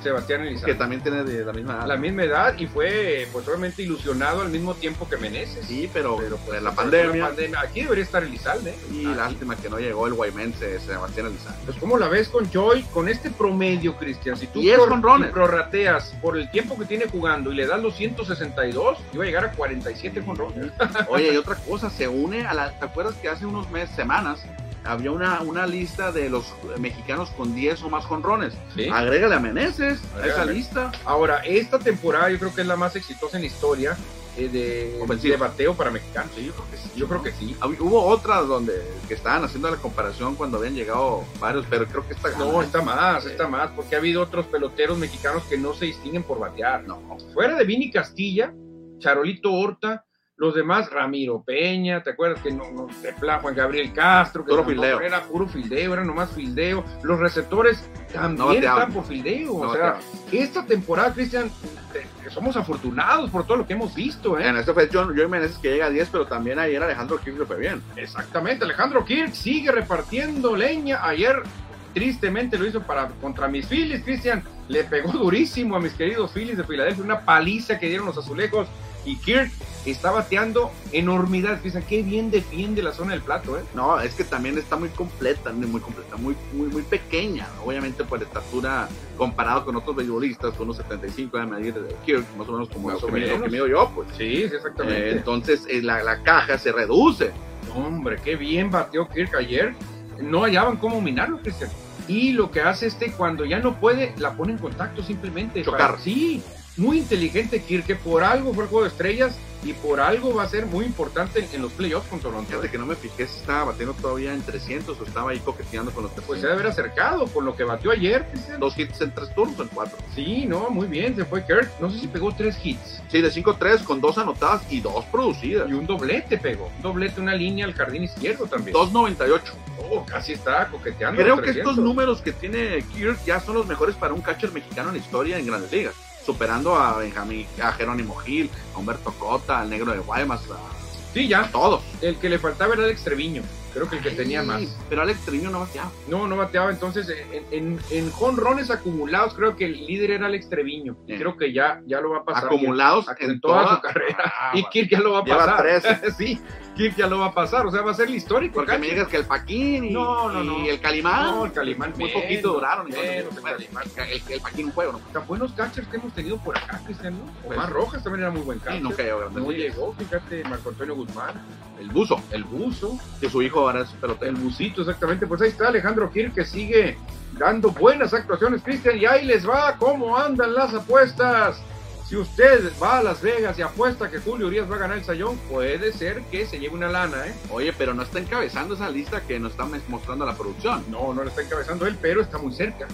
A: Sebastián
B: que
A: Elizalde.
B: también tiene de la misma edad.
A: A la misma edad y fue, pues, obviamente ilusionado al mismo tiempo que Meneses.
B: Sí, pero, pero pues, la
A: Por
B: pandemia.
A: la pandemia. Aquí debería estar Elizalde. ¿eh?
B: Y
A: Aquí.
B: lástima que no llegó el Guaymense Sebastián Elizalde.
A: Pues, ¿cómo la ves con Joy? Con este promedio, Cristian, si tú
B: 10
A: pror-
B: jonrones.
A: si prorrateas por el tiempo que tiene jugando y le das los 162, iba a llegar a 47 jonrones.
B: Oye, y otra cosa, se une a la. ¿Te acuerdas que hace unos meses, semanas, había una, una lista de los mexicanos con 10 o más jonrones.
A: Sí.
B: Agrégale a Meneses a esa
A: Agrégale.
B: lista.
A: Ahora, esta temporada yo creo que es la más exitosa en la historia eh, de,
B: Ofensiva.
A: de bateo para mexicanos.
B: Sí, yo creo que sí.
A: Yo creo que sí.
B: Hab- Ah, Hubo otras donde que estaban haciendo la comparación cuando habían llegado varios, pero creo que esta
A: No,
B: gana.
A: está más, está más, porque ha habido otros peloteros mexicanos que no se distinguen por batear.
B: No.
A: Fuera de Vini Castilla, Charolito Horta, los demás, Ramiro Peña, ¿te acuerdas que no, no se pla- Juan Gabriel Castro? Que
B: Puro
A: tampoco
B: fildeo.
A: Era puro fildeo, era nomás fildeo. Los receptores
B: No
A: también
B: bateaban.
A: están por fildeo.
B: No
A: o sea, ¿eh?
B: bateaban.
A: esta temporada, Cristian, te- somos afortunados por todo lo que hemos visto, ¿eh?
B: En esta fue John, Joey Meneses que llega a 10, pero también ayer Alejandro Kirk lo fue bien.
A: Exactamente, Alejandro Kirk sigue repartiendo leña. Ayer tristemente lo hizo para contra mis Phillies, Cristian. Le pegó durísimo a mis queridos Phillies de Filadelfia, una paliza que dieron los azulejos. Y Kirk está bateando enormidad. Cristian, qué bien defiende la zona del plato, ¿eh?
B: No, es que también está muy completa, muy muy completa, muy, muy, muy pequeña, ¿no? obviamente por estatura comparado con otros beisbolistas, con unos 75 de medir de Kirk, más o menos como
A: Más
B: lo
A: o
B: que mido-
A: menos.
B: lo que mido yo, pues.
A: Sí, sí,
B: Eh,
A: exactamente.
B: entonces eh, la, la caja se reduce.
A: Hombre, qué bien bateó Kirk ayer. No hallaban cómo minarlo, Cristian. Y lo que hace este, cuando ya no puede, la pone en contacto simplemente.
B: Chocar.
A: Para- Sí, muy inteligente Kirk, que por algo fue el juego de estrellas y por algo va a ser muy importante en- en los playoffs con Toronto. ¿eh?
B: Fíjate que no me fijé si estaba batiendo todavía en 300 o estaba ahí coqueteando con los
A: Pues se debe haber acercado con lo que batió ayer, Cristian.
B: Dos hits en tres turnos, en cuatro.
A: Sí, no, muy bien, se fue Kirk. No sé si pegó tres hits.
B: Sí, de 5-3 con dos anotadas y dos producidas.
A: Y un doblete pegó. Un doblete, una línea al jardín izquierdo también.
B: 2.98.
A: Oh, casi está coqueteando.
B: Creo
A: los
B: que estos
A: 300.
B: números que tiene Kirk ya son los mejores para un catcher mexicano en la historia en Grandes Ligas, superando a Benjamín, a Jerónimo Gil, a Humberto Cota, al Negro de Guaymas, a
A: Sí, ya.
B: todos.
A: El que le faltaba era Alex Treviño. Creo que el que tenía
B: Sí,
A: más.
B: Pero Alex Treviño no bateaba.
A: No, no bateaba. Entonces, en, en, en jonrones acumulados, creo que el líder era Alex Treviño.
B: Sí.
A: Creo que ya, ya lo va a pasar.
B: Acumulados
A: Ya-
B: en toda,
A: su carrera.
B: Ah,
A: y Kirk ya lo va a
B: Lleva
A: pasar.
B: tres.
A: sí, Kirk ya lo va a pasar. O sea, va a ser el histórico.
B: Porque
A: Cacho.
B: me digas que el Paquín y,
A: No, no, no.
B: y el Calimán.
A: No, el Calimán
B: Muy
A: menos,
B: poquito duraron.
A: menos
B: entonces,
A: el
B: bueno,
A: Calimán.
B: el, el Paquín un juego, ¿no?
A: Tan buenos catchers que hemos tenido por acá, Cristian, ¿no?
B: Pues-
A: Omar Rojas también era muy buen
B: Sí,
A: catcher.
B: nunca llegó a Grandes
A: No
B: Ligas.
A: llegó, fíjate, Marco Antonio Guzmán,
B: El Buzo,
A: el Buzo,
B: que su hijo ahora es pelotero.
A: el Bucito, exactamente. Pues ahí está Alejandro Kirk que sigue dando buenas actuaciones, Cristian. Y ahí les va cómo andan las apuestas. Si usted va a Las Vegas y apuesta que Julio Urias va a ganar el sayón, puede ser que se lleve una lana, ¿eh?
B: Oye, pero no está encabezando esa lista que nos está mostrando la producción.
A: No, no lo está encabezando él, pero está muy cerca.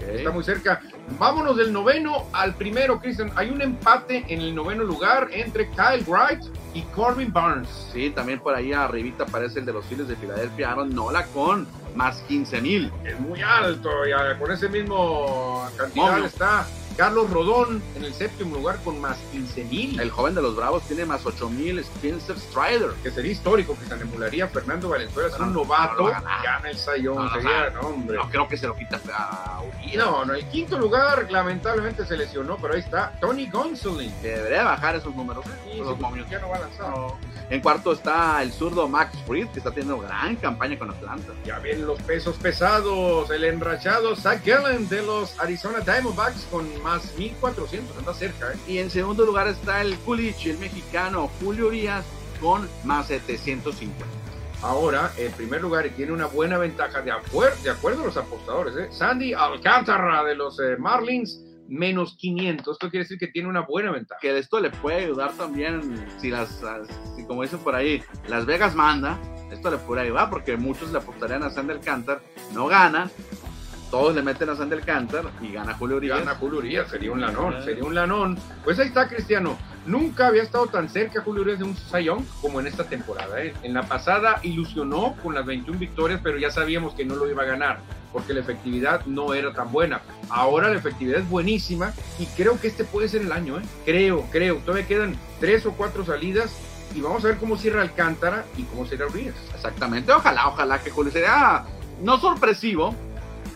A: Está
B: Ok.
A: muy cerca. Vámonos del noveno al primero, Cristian. Hay un empate en el noveno lugar entre Kyle Wright y Corbin Barnes.
B: Sí, también por ahí arribita aparece el de los Phillies de Filadelfia, Aaron Nola con más 15 mil.
A: Es muy alto y ah, con ese mismo cantidad
B: Momio.
A: está Carlos Rodón en el séptimo lugar con más 15 mil.
B: El joven de los Bravos tiene más 8 mil, Spencer Strider.
A: Que sería histórico, que se emularía a Fernando Valenzuela. Es
B: No,
A: un
B: no
A: novato.
B: lo va a ganar.
A: gana el sayón.
B: No lo va
A: sería,
B: a
A: no, hombre.
B: No creo que se lo quita a Uribe.
A: Y no, no, el quinto lugar lamentablemente se lesionó, pero ahí está Tony Gonsolin.
B: Que Debería bajar esos números. eh,
A: Y
B: los momios.
A: ya no va a lanzar.
B: En cuarto está el zurdo Max Fried, que está teniendo gran campaña con Atlanta.
A: Ya ven los pesos pesados, el enrachado Zach Gallen de los Arizona Diamondbacks con más 1400, anda cerca, ¿eh?
B: Y en segundo lugar está el Kulich, el mexicano Julio Urias, con más 750.
A: Ahora, en primer lugar, y tiene una buena ventaja de, acuer- de acuerdo a los apostadores, ¿eh? Sandy Alcántara de los eh, Marlins, menos 500. Esto quiere decir que tiene una buena ventaja.
B: que esto le puede ayudar también si las si como dicen por ahí Las Vegas manda esto le puede ayudar porque muchos le apostarían a Sander Cantar no gana todos le meten a Sander Cantar y gana Julio Urias
A: Gana Julio Urias, sería un lanón, sería un lanón. Pues ahí está, Cristiano. Nunca había estado tan cerca Julio Urias de un sayón como en esta temporada. ¿eh? En la pasada ilusionó con las 21 victorias, pero ya sabíamos que no lo iba a ganar porque la efectividad no era tan buena. Ahora la efectividad es buenísima y creo que este puede ser el año, ¿eh? Creo, creo. Todavía quedan tres o cuatro salidas y vamos a ver cómo cierra Alcántara y cómo cierra Urias.
B: exactamente ojalá ojalá que Julio sería no sorpresivo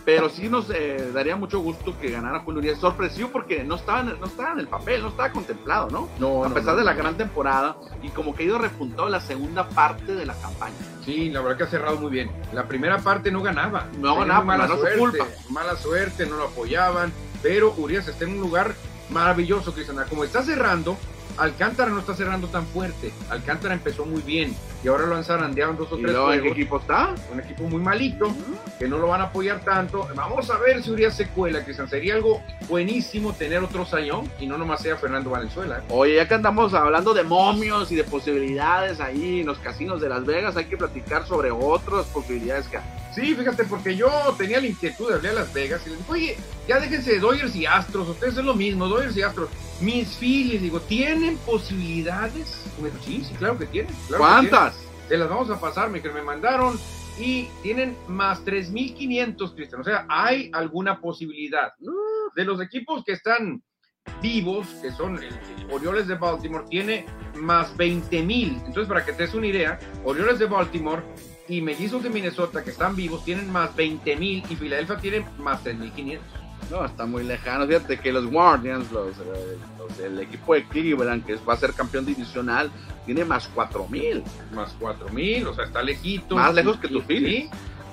B: pero sí nos eh, daría mucho gusto que ganara Julio Urias sorpresivo porque no estaba en, el- no estaba en el papel no estaba contemplado no
A: No,
B: a pesar de la gran temporada y como que ha ido repuntado la segunda parte de la campaña
A: Sí, la verdad que ha cerrado muy bien. La primera parte no ganaba. Tenía
B: No ganaba,
A: mala
B: no es su
A: suerte.
B: culpa.
A: Mala suerte, no lo apoyaban. Pero Urias está en un lugar maravilloso, Cristiana. Como está cerrando, Alcántara no está cerrando tan fuerte. Alcántara empezó muy bien y ahora lo han zarandeado en dos o
B: ¿Y
A: tres
B: luego en qué
A: juegos.
B: equipo está?
A: Un equipo muy malito, que no lo van a apoyar tanto. Vamos a ver si Urias secuela, que sería algo buenísimo tener otro sayón y no nomás sea Fernando Valenzuela. ¿eh?
B: Oye, ya que andamos hablando de momios y de posibilidades ahí en los casinos de Las Vegas, hay que platicar sobre otras posibilidades que hay.
A: Sí, fíjate, porque yo tenía la inquietud de hablar a Las Vegas y les digo, oye, ya déjense de Dodgers y Astros, ustedes es lo mismo, Dodgers y Astros. Mis Phillies, digo, ¿tienen posibilidades? Y me dijo, sí, sí, claro que tienen. claro que tienen".
B: ¿Cuántas?
A: Te las vamos a pasar, me, que me mandaron. Y tienen más 3.500, Cristian. O sea, hay alguna posibilidad. De los equipos que están vivos, que son el, el Orioles de Baltimore, tiene más 20.000. Entonces, para que te des una idea, Orioles de Baltimore y Mellizos de Minnesota, que están vivos, tienen más 20.000 y Filadelfia tiene más 3.500.
B: No, está muy lejano. Fíjate que los Guardians, los, eh, los- el equipo de Cleveland, que va a ser campeón divisional, tiene más 4000.
A: Más 4.000, o sea, está lejito.
B: Más lejos que
A: Sí,
B: tus
A: sí.
B: Phillies.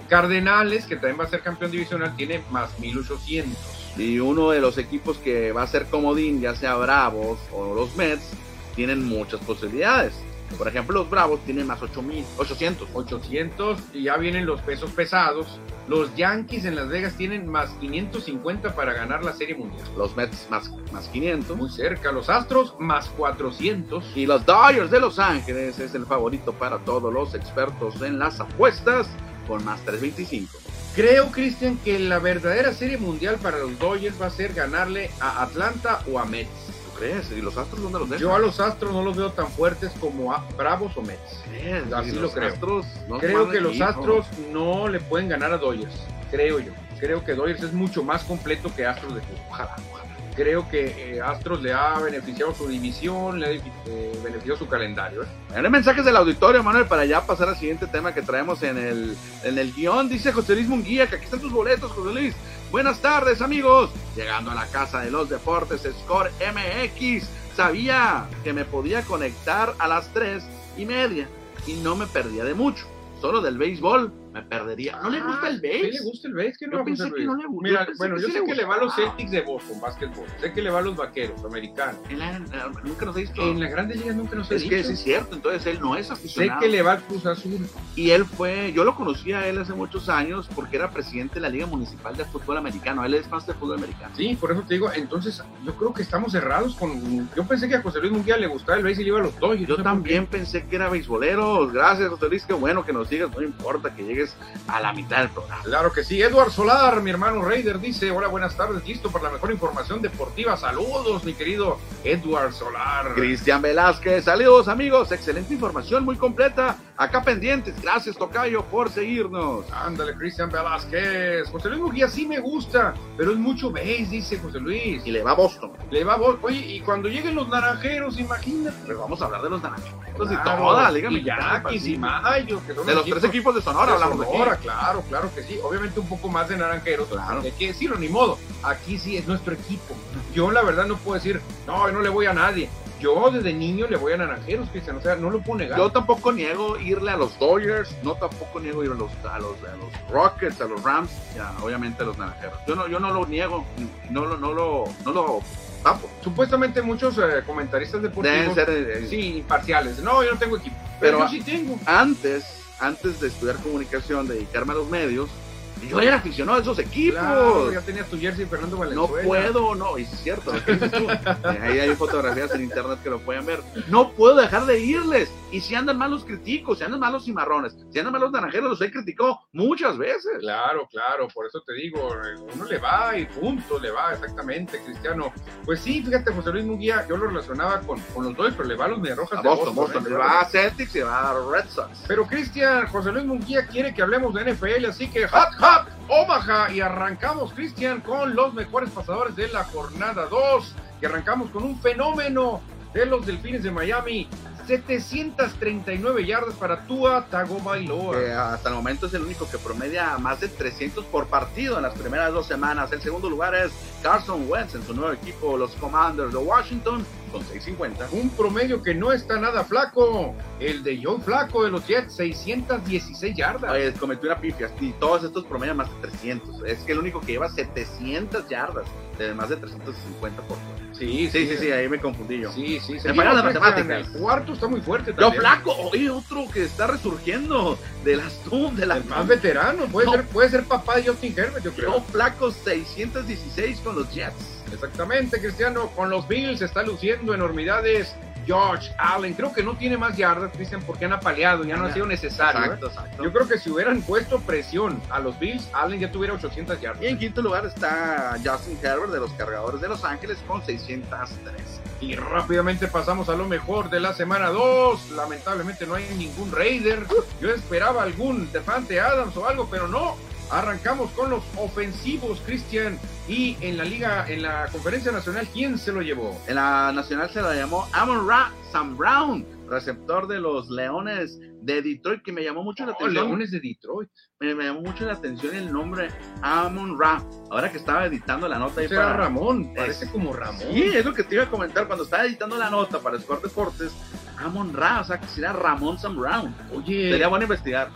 A: Cardenales, que también va a ser campeón divisional, tiene más 1.800.
B: Y uno de los equipos que va a ser comodín, ya sea Bravos o los Mets, tienen muchas posibilidades. Por ejemplo, los Bravos tienen más 8000, 800.
A: 800 y ya vienen los pesos pesados. Los Yankees en Las Vegas tienen más 550 para ganar la Serie Mundial.
B: Los Mets más, más 500.
A: Muy cerca. Los Astros más 400.
B: Y los Dodgers de Los Ángeles es el favorito para todos los expertos en las apuestas con más 325.
A: Creo, Cristian, que la verdadera Serie Mundial para los Dodgers va a ser ganarle a Atlanta o a Mets.
B: ¿Tú crees? ¿Y los Astros dónde los dejan?
A: Yo a los Astros no los veo tan fuertes como a Bravos o Mets.
B: ¿Crees?
A: Así
B: ¿Y
A: lo
B: los
A: creo.
B: Astros no
A: Creo
B: van
A: que los
B: equipo?
A: Astros no le pueden ganar a Dodgers. Creo yo. Creo que Dodgers es mucho más completo que Astros de Cuba.
B: Ojalá, ojalá.
A: creo que eh, Astros le ha beneficiado su división, le ha eh, beneficiado su calendario. ¿eh?
B: Bueno, hay mensajes del auditorio, Manuel, para ya pasar al siguiente tema que traemos en el, en el guión. Dice José Luis Munguía que aquí están tus boletos, José Luis. Buenas tardes, amigos. Llegando a la casa de los deportes, Score MX. Sabía que me podía conectar a las tres y media y no me perdía de mucho. Solo del béisbol me perdería. ¿No le gusta el
A: béisbol? Ah, Sí, le
B: béisbol?
A: gusta el béisbol.
B: Yo pensé que no le gu- yo
A: Mira,
B: pensé
A: bueno,
B: que
A: yo
B: sí
A: sé
B: le
A: que le va a los
B: gustaba.
A: Celtics de Boston, básquetbol. Sé que le va a los vaqueros, americanos.
B: Él, eh, Nunca nos ha dicho.
A: En las grandes ligas nunca nos he
B: Es que
A: dicho.
B: sí es cierto, entonces él no es
A: sé
B: aficionado.
A: que le va al Cruz Azul.
B: Y él fue, yo lo conocí a él hace muchos años porque era presidente de la Liga Municipal de Fútbol Americano. Él es fan de fútbol americano.
A: Sí, por eso te digo, entonces yo creo que estamos cerrados con... Yo pensé que a José Luis Munguía le gustaba el béisbol y le iba a los Dodgers. no
B: Yo
A: sé por
B: también pensé que era beisbolero. Gracias, José Luis. Qué bueno que nos digas. No importa que llegues a la mitad del programa.
A: Claro que sí. Edward Solar, mi hermano Raider, dice: Hola, buenas tardes, listo para la mejor información deportiva. Saludos, mi querido Edward Solar.
B: Cristian Velázquez, saludos amigos. Excelente información, muy completa. Acá pendientes. Gracias, Tocayo, por seguirnos.
A: Ándale, Cristian Velázquez. José Luis Mujía sí me gusta, pero es mucho base, dice José Luis.
B: Y le va a Boston.
A: Le va a vol- Oye, y cuando lleguen los naranjeros, imagínate.
B: Pero vamos a hablar de los naranjeros y
A: Claro,
B: toda la Liga
A: y
B: Mexicana.
A: Yaquis y Mayo, que son
B: De los tres equipos de
A: Ahora
B: Sonora hablamos de aquí.
A: claro, claro que sí. Obviamente un poco más de naranjeros.
B: Claro.
A: Hay que decirlo, ni modo. Aquí sí es nuestro equipo. Yo la verdad no puedo decir, no, yo no le voy a nadie. Yo desde niño le voy a naranjeros, Cristian. O sea, no lo puedo negar.
B: Yo tampoco niego irle a los Dodgers, no tampoco niego ir a los, a los, a los Rockets, a los Rams, y a, obviamente a los Naranjeros. Yo no, yo no lo niego, no lo, no lo, no lo tapo.
A: Supuestamente muchos eh, comentaristas
B: Deben
A: deportivos,
B: ser, eh,
A: sí, imparciales. No, yo no tengo equipo.
B: Pero-
A: Pero, yo sí tengo.
B: Antes, antes de estudiar comunicación, dedicarme a los medios, yo era aficionado a esos equipos.
A: Claro, ya tenías tu jersey Fernando
B: Pues, No
A: Valenzuela.
B: puedo, no, y es cierto. lo que dices tú. Eh, Ahí hay fotografías en internet que lo pueden ver. No puedo dejar de irles. Y si andan mal los critico, si andan mal los cimarrones, si andan mal los naranjeros, los he criticado muchas veces.
A: Claro, claro, por eso te digo, eh, uno le va y punto, le va, exactamente, Cristiano. Pues sí, fíjate, José Luis Munguía, yo lo relacionaba con, con los Dodgers, pero le va a los Mediarrojas
B: a
A: de
B: Boston,
A: Boston,
B: Boston.
A: ¿eh?
B: Le va a Celtics y le va a Red Sox.
A: Pero Cristian, José Luis Munguía quiere que hablemos de NFL, así que hot, hot, Omaha, y arrancamos, Cristian, con los mejores pasadores de la jornada 2, y arrancamos con un fenómeno de los Delfines de Miami, 739 yardas para Tua Tagovailoa.
B: Que hasta el momento es el único que promedia más de 300 por partido en las primeras dos semanas. El segundo lugar es Carson Wentz en su nuevo equipo, los Commanders de Washington, con 650.
A: Un promedio que no está nada flaco. El de John Flaco de los Jets, 616 yardas.
B: Oye, cometió una pifia y todos estos promedian más de 300. Es que el único que lleva 700 yardas de más de 350 por partido. Sí, sí, sí, sí, ahí me confundí yo.
A: Sí, sí,
B: Me falló la
A: Christian,
B: matemática.
A: El cuarto está muy fuerte
B: Yo
A: también.
B: flaco, oye, otro que está resurgiendo de las tumbas, de las
A: El más veterano, puede,
B: No.
A: ser, puede ser papá de Justin Herbert, yo creo.
B: Yo flaco 616 con los Jets.
A: Exactamente, Cristiano. Con los Bills está luciendo enormidades George Allen. Creo que no tiene más yardas, Cristian, porque han apaleado, ya no ha sido necesario. ¿eh?
B: Exacto, exacto.
A: Yo creo que si hubieran puesto presión a los Bills, Allen ya tuviera 800 yardas.
B: Y en quinto lugar está Justin Herbert de los Cargadores de Los Ángeles con 603.
A: Y rápidamente pasamos a lo mejor de la semana 2. Lamentablemente no hay ningún Raider. Yo esperaba algún Defante Adams o algo, pero no. Arrancamos con los ofensivos, Cristian. Y en la liga, en la conferencia nacional, ¿quién se lo llevó?
B: En la nacional se la llamó Amon Ra Sam Brown, receptor de los Leones de Detroit, que me llamó mucho la
A: Oh,
B: atención.
A: Leones de Detroit.
B: Me, me llamó mucho la atención el nombre Amon Ra. Ahora que estaba editando la nota ahí
A: Será
B: para
A: Pues Ramón, parece como Ramón.
B: Sí, es lo que te iba a comentar cuando estaba editando la nota para Sport Deportes. Amon Ra, o sea, que será Ramón Sam Brown.
A: Oye,
B: Sería bueno investigar.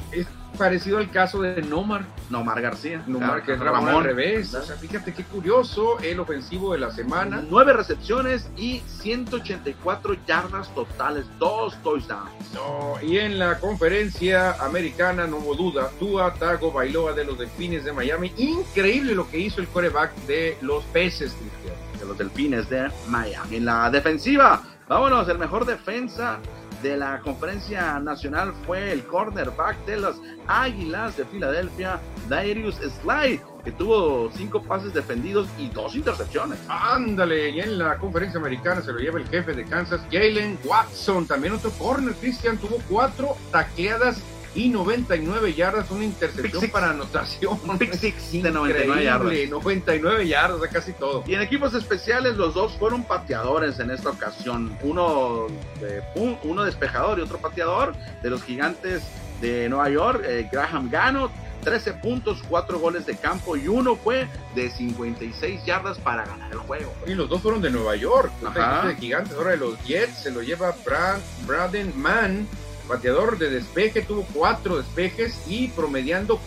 A: parecido al caso de Nomar,
B: Nomar García.
A: Nomar que es Ramón, al revés. O sea, fíjate qué curioso el ofensivo de la semana.
B: 9 recepciones y 184 yardas totales, dos touchdowns.
A: No, y en la conferencia americana, no hubo duda, Tua Tago Bailoa de los Delfines de Miami. Increíble lo que hizo el coreback de los peces, Cristian.
B: de los Delfines de Miami. En la defensiva, vámonos, el mejor defensa de la conferencia nacional fue el cornerback de las Águilas de Filadelfia, Darius Slide, que tuvo cinco pases defendidos y dos intercepciones.
A: Ándale, y en la conferencia americana se lo lleva el jefe de Kansas, Jalen Watson, también otro corner, Christian, tuvo cuatro taqueadas y 99 yardas, una
B: Pick
A: intercepción
B: six.
A: para anotación.
B: Un pick six de 99 yardas.
A: Increíble, 99 yardas, a casi todo.
B: Y en equipos especiales los dos fueron pateadores en esta ocasión. Uno, de, un- uno despejador y otro pateador de los gigantes de Nueva York, eh, Graham Gano. 13 puntos, 4 goles de campo y uno fue de 56 yardas para ganar el juego.
A: Y los dos fueron de Nueva York,
B: Ajá.
A: Los de gigantes, ahora de los Jets, se lo lleva Brad, Braden Mann, bateador de despeje, tuvo cuatro despejes y promediando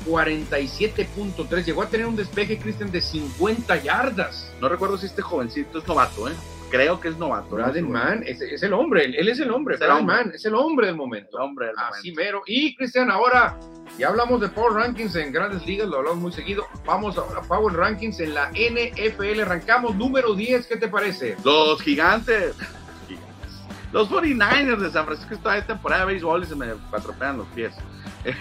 A: 47.3. Llegó a tener un despeje, Christian, de 50 yardas.
B: No recuerdo si este jovencito es novato, ¿eh? Creo que es novato. ¿no?
A: Braden Mann es, es el hombre, él, él es el hombre,
B: Es el
A: Braden
B: hombre.
A: Mann es el hombre del momento.
B: El hombre del
A: Así
B: momento.
A: mero. Y Cristian, ahora ya hablamos de Power Rankings en grandes ligas, lo hablamos muy seguido. Vamos ahora a Power Rankings en la NFL. Arrancamos número 10, ¿qué te parece?
B: Los gigantes. Los gigantes. Los 49ers de San Francisco esta es temporada de béisbol y se me atropean los pies.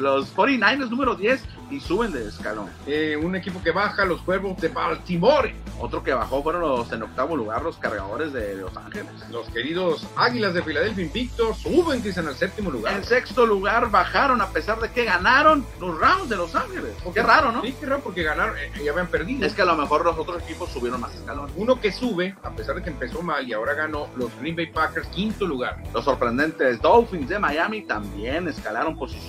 B: Los 49ers número 10 y suben de escalón.
A: Eh, un equipo que baja los cuervos de Baltimore.
B: Otro que bajó fueron los en octavo lugar los cargadores de Los Ángeles.
A: Los queridos Águilas de Filadelfia invictos suben, Cristian, al séptimo lugar.
B: En sexto lugar bajaron a pesar de que ganaron los Rams de Los Ángeles. Qué raro, ¿no?
A: Sí, qué raro porque ganaron, eh, ya habían perdido.
B: Es que a lo mejor los otros equipos subieron más escalón.
A: Uno que sube, a pesar de que empezó mal y ahora ganó, los Green Bay Packers, quinto lugar.
B: Los sorprendentes Dolphins de Miami también escalaron posiciones.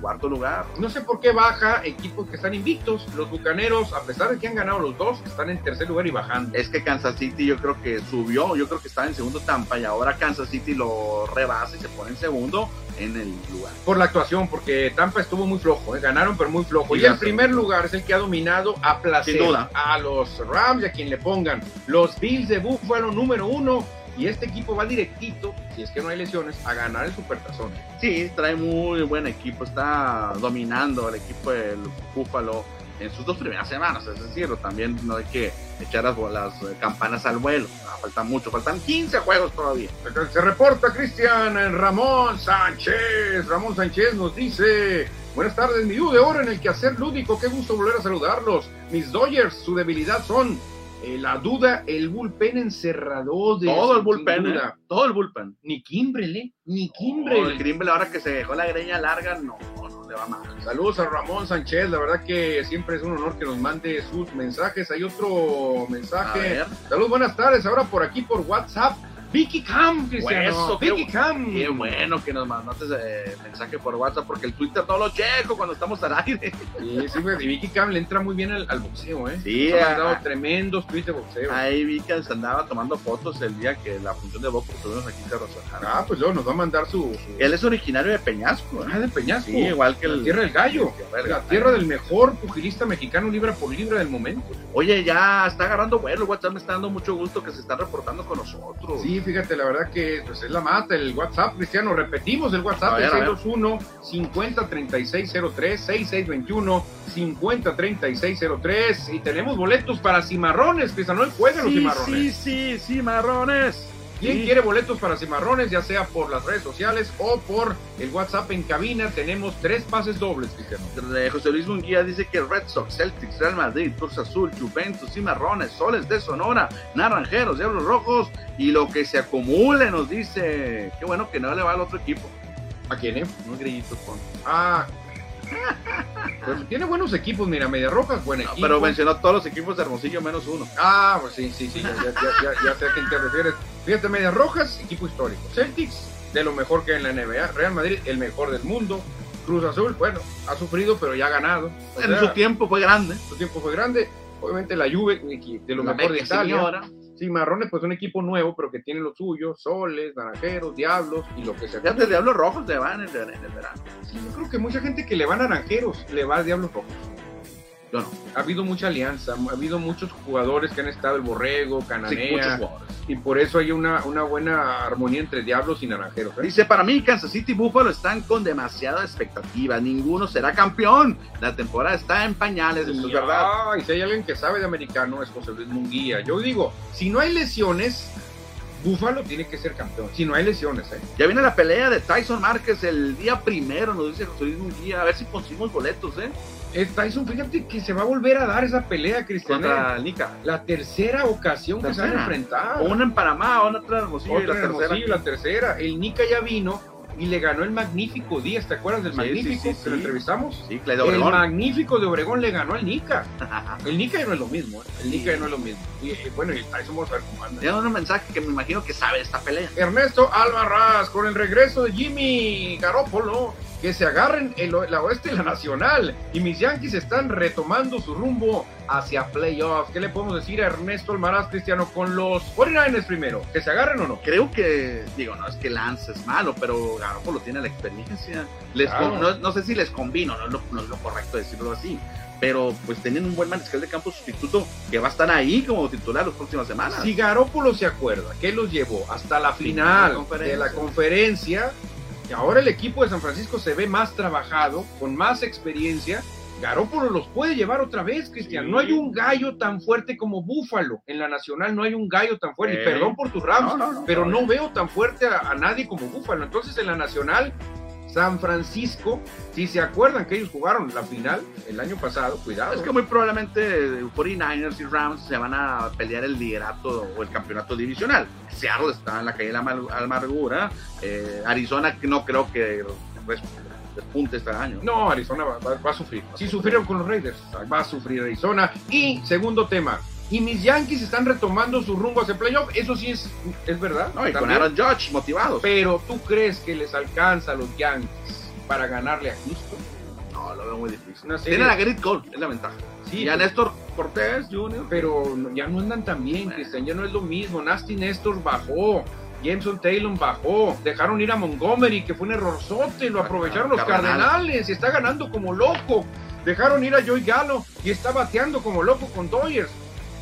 B: Cuarto lugar.
A: No sé por qué baja equipos que están invictos. Los Bucaneros, a pesar de que han ganado los dos, están en tercer lugar y bajando.
B: es que Kansas City yo creo que subió, yo creo que estaba en segundo Tampa y ahora Kansas City lo rebasa y se pone en segundo en el lugar.
A: por la actuación, porque Tampa estuvo muy flojo, ¿eh? ganaron pero muy flojo.
B: Sí,
A: y el
B: gracias.
A: primer lugar es el que ha dominado a placer
B: Sin duda.
A: a los Rams y a quien le pongan. Los Bills de Buffalo número uno y este equipo va directito, si es que no hay lesiones, a ganar el Supertazón.
B: Sí, trae muy buen equipo, está dominando el equipo del Búfalo en sus dos primeras semanas, es decir, también no hay que echar las, las campanas al vuelo, Ah, falta mucho, faltan 15 juegos todavía.
A: Se reporta Cristian eh, Ramón Sánchez. Ramón Sánchez nos dice: Buenas tardes, mi U de oro en el quehacer lúdico. Qué gusto volver a saludarlos. Mis Dodgers, su debilidad son eh, la duda, el bullpen encerrado de
B: Todo el bullpen,
A: Sin
B: ¿eh?
A: duda.
B: todo el bullpen.
A: Ni Kimbrele, ni
B: Oh,
A: Kimbrele.
B: el Kimbrel ahora que se dejó la greña larga, no, no le va mal.
A: Saludos a Ramón Sánchez, la verdad que siempre es un honor que nos mande sus mensajes. Hay otro
B: A
A: mensaje.
B: ver,
A: Saludos, buenas tardes. Ahora por aquí por WhatsApp Vicky Cam, Cristiano.
B: Eso, qué
A: Vicky
B: bu-
A: Cam.
B: Qué bueno que nos mandaste ese mensaje por WhatsApp, porque el Twitter no lo checo cuando estamos al aire.
A: Sí, sí, güey, y Vicky Cam le entra muy bien al, al boxeo, ¿eh?
B: Sí, ah.
A: Nos ha
B: a-
A: mandado tremendos tweets de boxeo.
B: Ahí vi que se andaba tomando fotos el día que la función de Boca tuvimos aquí en Terrazas.
A: Ah, pues luego nos va a mandar su. su-
B: Él es originario de Peñasco. ¿eh?
A: Ah, de Peñasco.
B: Sí, igual que
A: la
B: el
A: tierra del gallo. La tierra del mejor pugilista mexicano libra por libra del momento.
B: Oye, ya está agarrando vuelo, WhatsApp me está dando mucho gusto que se están reportando con nosotros.
A: Sí, fíjate, la verdad que pues, es la mata, el WhatsApp, Cristiano. Repetimos el
B: A
A: WhatsApp,
B: ver,
A: el
B: a ver.
A: 621 503603 6621 503603 y tenemos boletos para Cimarrones, Cristiano, el juegan los
B: sí,
A: Cimarrones.
B: sí, sí, sí, marrones.
A: ¿Quién
B: Sí.
A: quiere boletos para Cimarrones, ya sea por las redes sociales o por el WhatsApp en cabina? Tenemos tres pases dobles, Cristiano.
B: Eh, José Luis Munguía dice que Red Sox, Celtics, Real Madrid, Cruz Azul, Juventus, Cimarrones, Soles de Sonora, Naranjeros, Diablos Rojos y lo que se acumule nos dice. Qué bueno que no le va al otro equipo.
A: ¿A quién, eh?
B: Unos grillitos con.
A: Ah. Pues tiene buenos equipos, mira, Media Roja es buen
B: No,
A: equipo.
B: pero mencionó todos los equipos de Hermosillo menos uno.
A: Ah, pues sí, sí, sí, ya, ya, ya, ya- ya sé a quién te refieres. Fíjate, Medias Rojas, equipo histórico. Celtics, de lo mejor que hay en la NBA. Real Madrid, el mejor del mundo. Cruz Azul, bueno, ha sufrido, pero ya ha ganado. O
B: en
A: sea,
B: su tiempo fue grande.
A: su tiempo fue grande. Obviamente la Juve, un equi- de lo mejor de
B: media
A: Italia.
B: señora.
A: Sí, Marrones, pues un equipo nuevo, pero que tiene lo suyo. Soles, Naranjeros, Diablos y lo que sea.
B: Fíjate, Diablos Rojos le van en el, en el verano.
A: Sí, yo creo que mucha gente que le va a Naranjeros, le va a Diablos Rojos.
B: Yo no.
A: Ha habido mucha alianza, ha habido muchos jugadores que han estado, el Borrego,
B: Sí, ¿eh? muchos
A: Cananea,
B: jugadores.
A: y por eso hay una, una buena armonía entre diablos y naranjeros. ¿eh?
B: Dice, para mí Kansas City y Buffalo están con demasiada expectativa. Ninguno será campeón. La temporada está en pañales, eso es verdad.
A: Y si hay alguien que sabe de americano es José Luis Munguía. Yo digo, si no hay lesiones, Búfalo tiene que ser campeón. Si no hay lesiones, ¿eh?
B: Ya viene la pelea de Tyson Márquez el día primero, nos dice José Luis Munguía. A ver si conseguimos boletos, ¿eh?
A: Eh, Tyson, fíjate que se va a volver a dar esa pelea, Cristian. ¿eh?
B: Contra Nica.
A: La tercera ocasión que se han
B: Tercera.
A: enfrentado.
B: Una en Panamá, una otra en Hermosillo y
A: Otra
B: la
A: en Hermosillo,
B: tercera.
A: la tercera. El Nica ya vino y le ganó el magnífico Díaz. ¿Te acuerdas del
B: Sí,
A: magnífico
B: sí, sí,
A: que lo
B: sí.
A: entrevistamos?
B: Sí, Claudio
A: El
B: Obregón.
A: magnífico de Obregón le ganó al Nica. El Nica ya no es lo mismo, ¿eh? el Nica ya no es lo mismo. Y, eh, bueno, y el Tyson vamos a ver cómo anda.
B: Ya un mensaje que me imagino que sabe de esta pelea.
A: Ernesto Alvaraz, con el regreso de Jimmy Garoppolo, que se agarren el, o- la oeste y la nacional. Y mis Yankees están retomando su rumbo hacia playoffs. ¿Qué le podemos decir a Ernesto Alvaraz, Cristiano, con los 49ers primero? ¿Que se agarren o no?
B: Creo que, digo, no es que Lance es malo, pero Garoppolo tiene la experiencia. Les
A: Claro.
B: con- no, no sé si les combino, no es, lo, no es lo correcto decirlo así, pero pues tienen un buen mariscal de campo sustituto que va a estar ahí como titular las próximas semanas.
A: Si Garoppolo se acuerda que los llevó hasta la
B: de la
A: final
B: conferencia.
A: de la conferencia, y ahora el equipo de San Francisco se ve más trabajado, con más experiencia, Garoppolo los puede llevar otra vez, Cristian.
B: Sí.
A: No hay un gallo tan fuerte como Búfalo. En la Nacional no hay un gallo tan fuerte.
B: Eh.
A: Y perdón por tus Rams,
B: No, no, no,
A: pero
B: no. eh.
A: no veo tan fuerte a, a nadie como Búfalo. Entonces en la Nacional, San Francisco, si se acuerdan que ellos jugaron la final el año pasado, cuidado.
B: Es
A: eh.
B: que muy probablemente 49ers y Rams se van a pelear el liderato o el campeonato divisional. Seattle está en la calle de la amal- amargura. eh, Arizona no creo que res- despunte este año.
A: No, Arizona va, va- va a sufrir. Si sufrieron con los Raiders, va a sufrir Arizona. Y segundo tema, y mis Yankees están retomando su rumbo hacia playoff. Eso sí es, es verdad.
B: No, y con
A: también.
B: Aaron Judge motivados.
A: Pero tú crees que les alcanza a los Yankees para ganarle a Houston?
B: No, lo veo muy difícil.
A: Una
B: Tiene
A: serie-
B: la Grit Gold, es la ventaja.
A: Sí,
B: y a
A: pero-
B: Néstor Cortés Jr.
A: pero no- ya no andan tan bien,
B: Bueno.
A: Cristian. Ya no es lo mismo. Nasty Néstor bajó. Jameson Taylor bajó, dejaron ir a Montgomery, que fue un errorzote, lo aprovecharon los
B: Cardenal.
A: Cardenales, y está ganando como loco. Dejaron ir a Joey Galo y está bateando como loco con Dodgers.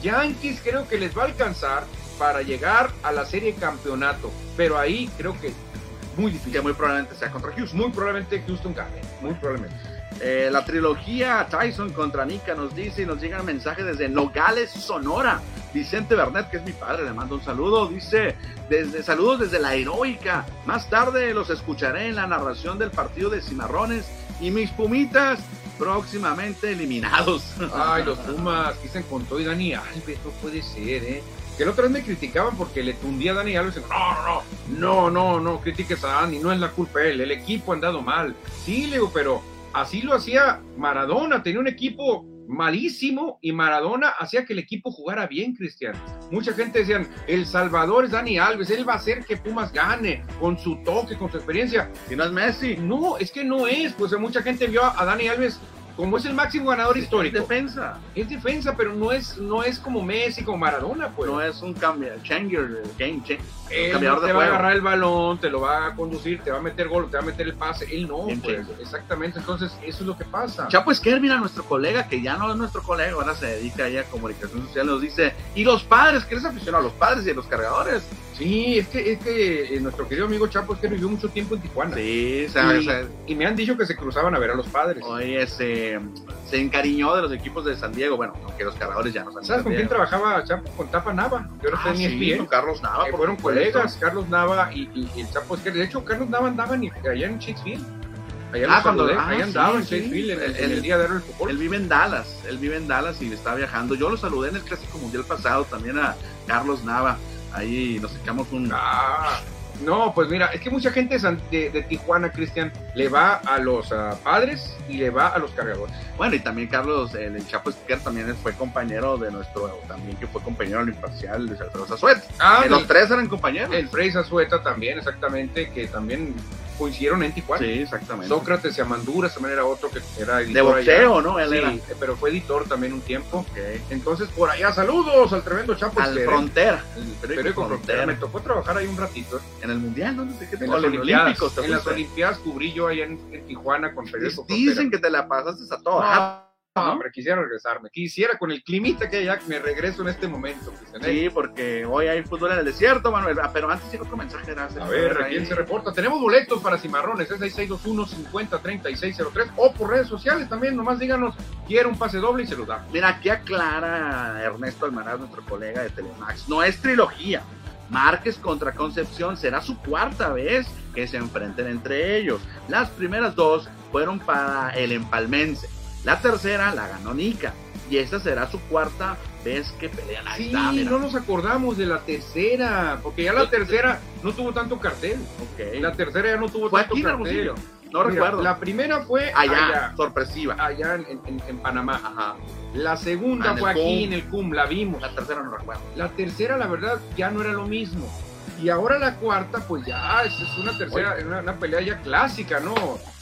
A: Yankees creo que les va a alcanzar para llegar a la serie campeonato, pero ahí creo que muy
B: que
A: difícil.
B: muy probablemente sea contra Houston.
A: Muy probablemente Houston gane, muy probablemente.
B: Eh, la trilogía Tyson contra Nica nos dice y nos llega un mensaje desde Nogales, Sonora. Vicente Bernet, que es mi padre, le mando un saludo. Dice, desde, saludos desde la heroica. Más tarde los escucharé en la narración del partido de Cimarrones y mis pumitas próximamente eliminados.
A: Ay, los Pumas, dicen con todo y Dani Alves, no puede ser, ¿eh? Que la otra vez me criticaban porque le tundía a Dani Alves. No, no, no, no, no, no critiques a Dani, no es la culpa de él, el equipo ha andado mal. Sí, le digo, pero así lo hacía Maradona, tenía un equipo malísimo y Maradona hacía que el equipo jugara bien, Cristian. Mucha gente decían, El Salvador es Dani Alves, él va a hacer que Pumas gane con su toque, con su experiencia.
B: Si no es Messi.
A: No, es que no es, pues mucha gente vio a Dani Alves como es el máximo ganador histórico.
B: Es defensa.
A: Es defensa, pero no es, no es como Messi, como Maradona, pues.
B: No es un cambio, changer, game, change,
A: él
B: un cambiador
A: te
B: de
A: va a
B: juego.
A: agarrar el balón, te lo va a conducir, te va a meter gol, te va a meter el pase. Él no, pues.
B: Entiendo.
A: Exactamente, entonces eso es lo que pasa.
B: Chapo Esquer, mira, nuestro colega, que ya no es nuestro colega, ahora se dedica ya a comunicación social, nos dice, y los padres, que eres aficionado a los padres y a los cargadores.
A: Sí, es que, es que eh, nuestro querido amigo Chapo es que vivió mucho tiempo en Tijuana.
B: Sí, o sea,
A: Y-
B: o sea,
A: Y me han dicho que se cruzaban a ver a los padres.
B: oye, se, se encariñó de los equipos de San Diego, bueno, aunque los cargadores ya no son
A: ¿Sabes
B: San
A: con quién
B: Diego.
A: trabajaba Chapo? Con Tapa Nava, que ahora
B: Ah,
A: está en E
B: sí,
A: ESPN.
B: con Carlos Nava,
A: que
B: por
A: fueron
B: supuesto.
A: colegas, Carlos Nava y, y- y el Chapo Esquer. De hecho, Carlos Nava andaba en, allá en Shakespeare. Allá,
B: Ah,
A: lo
B: cuando-
A: saludé,
B: ah,
A: allá
B: sí,
A: andaba en
B: sí.
A: Shakespeare en, el- en
B: El-
A: el día de del fútbol.
B: Él vive en Dallas, él vive en Dallas y está viajando. Yo lo saludé en el Clásico Mundial pasado también a Carlos Nava. Ahí nos echamos un...
A: Ah, no, pues mira, es que mucha gente de, San- de- de Tijuana, Cristian, le va a los ah, padres y le va a los cargadores.
B: Bueno, y también Carlos, el, el Chapo Esquer también fue compañero de nuestro, también que fue compañero del imparcial Luis Alfredo Sazuet.
A: Ah,
B: Eh, los tres eran compañeros.
A: el Frey Azueta también, exactamente, que también coincidieron en Tijuana.
B: Sí, exactamente.
A: Sócrates y Amandura, también era otro que era
B: de
A: editor allá.
B: boxeo, ¿no? Él
A: Sí,
B: era.
A: pero fue editor también un tiempo.
B: Ok.
A: Entonces, por allá, saludos al tremendo Chapo.
B: Al
A: Esquer, ¿eh?
B: frontera. El
A: Periódico Frontera. Me tocó trabajar ahí un ratito. ¿eh?
B: En el mundial, ¿dónde te qué te-
A: En
B: o
A: las
B: en los
A: Olimpiadas.
B: olímpicos? te
A: En las
B: fuiste?
A: Olimpiadas cubrí yo allá en, en Tijuana con Periódico
B: Dicen que te la pasaste a Ah, todas.
A: No,
B: ¿no?
A: Ah, hombre, quisiera regresarme. Quisiera con el climita que hay allá, me regreso en este momento. Cristian.
B: Sí, porque hoy hay fútbol en el desierto, Manuel. Ah, pero antes llega otro mensaje. era hacer-
A: este- A ver, ¿a
B: pues, ahí.
A: quién se reporta? Tenemos boletos para Cimarrones, es 6621-503603 o por redes sociales también, nomás díganos, quiero un pase doble y se los damos.
B: Mira, aquí aclara Ernesto Almaraz, nuestro colega de Telemax. No es trilogía. Márquez contra Concepción será su cuarta vez que se enfrenten entre ellos. Las primeras dos fueron para el empalmense. La tercera la ganó Nica. Y esta será su cuarta vez que pelean. Ahí
A: Sí,
B: está, mira. Este-
A: no nos acordamos de la tercera, porque ya la tercera no tuvo tanto cartel.
B: Ok.
A: La tercera ya no tuvo
B: Fue
A: tanto
B: aquí en
A: cartel.
B: Hermosillo. No
A: Mira,
B: recuerdo.
A: La Ah, primera fue
B: allá,
A: allá,
B: sorpresiva.
A: allá en, en- en Panamá.
B: Ajá.
A: La segunda
B: Ah, en el
A: fue aquí
B: CUM.
A: en el CUM, la vimos.
B: La tercera no recuerdo.
A: La tercera, la verdad, ya no era lo mismo. Y ahora la cuarta, pues ya es, es una tercera, una, una pelea ya clásica, ¿no?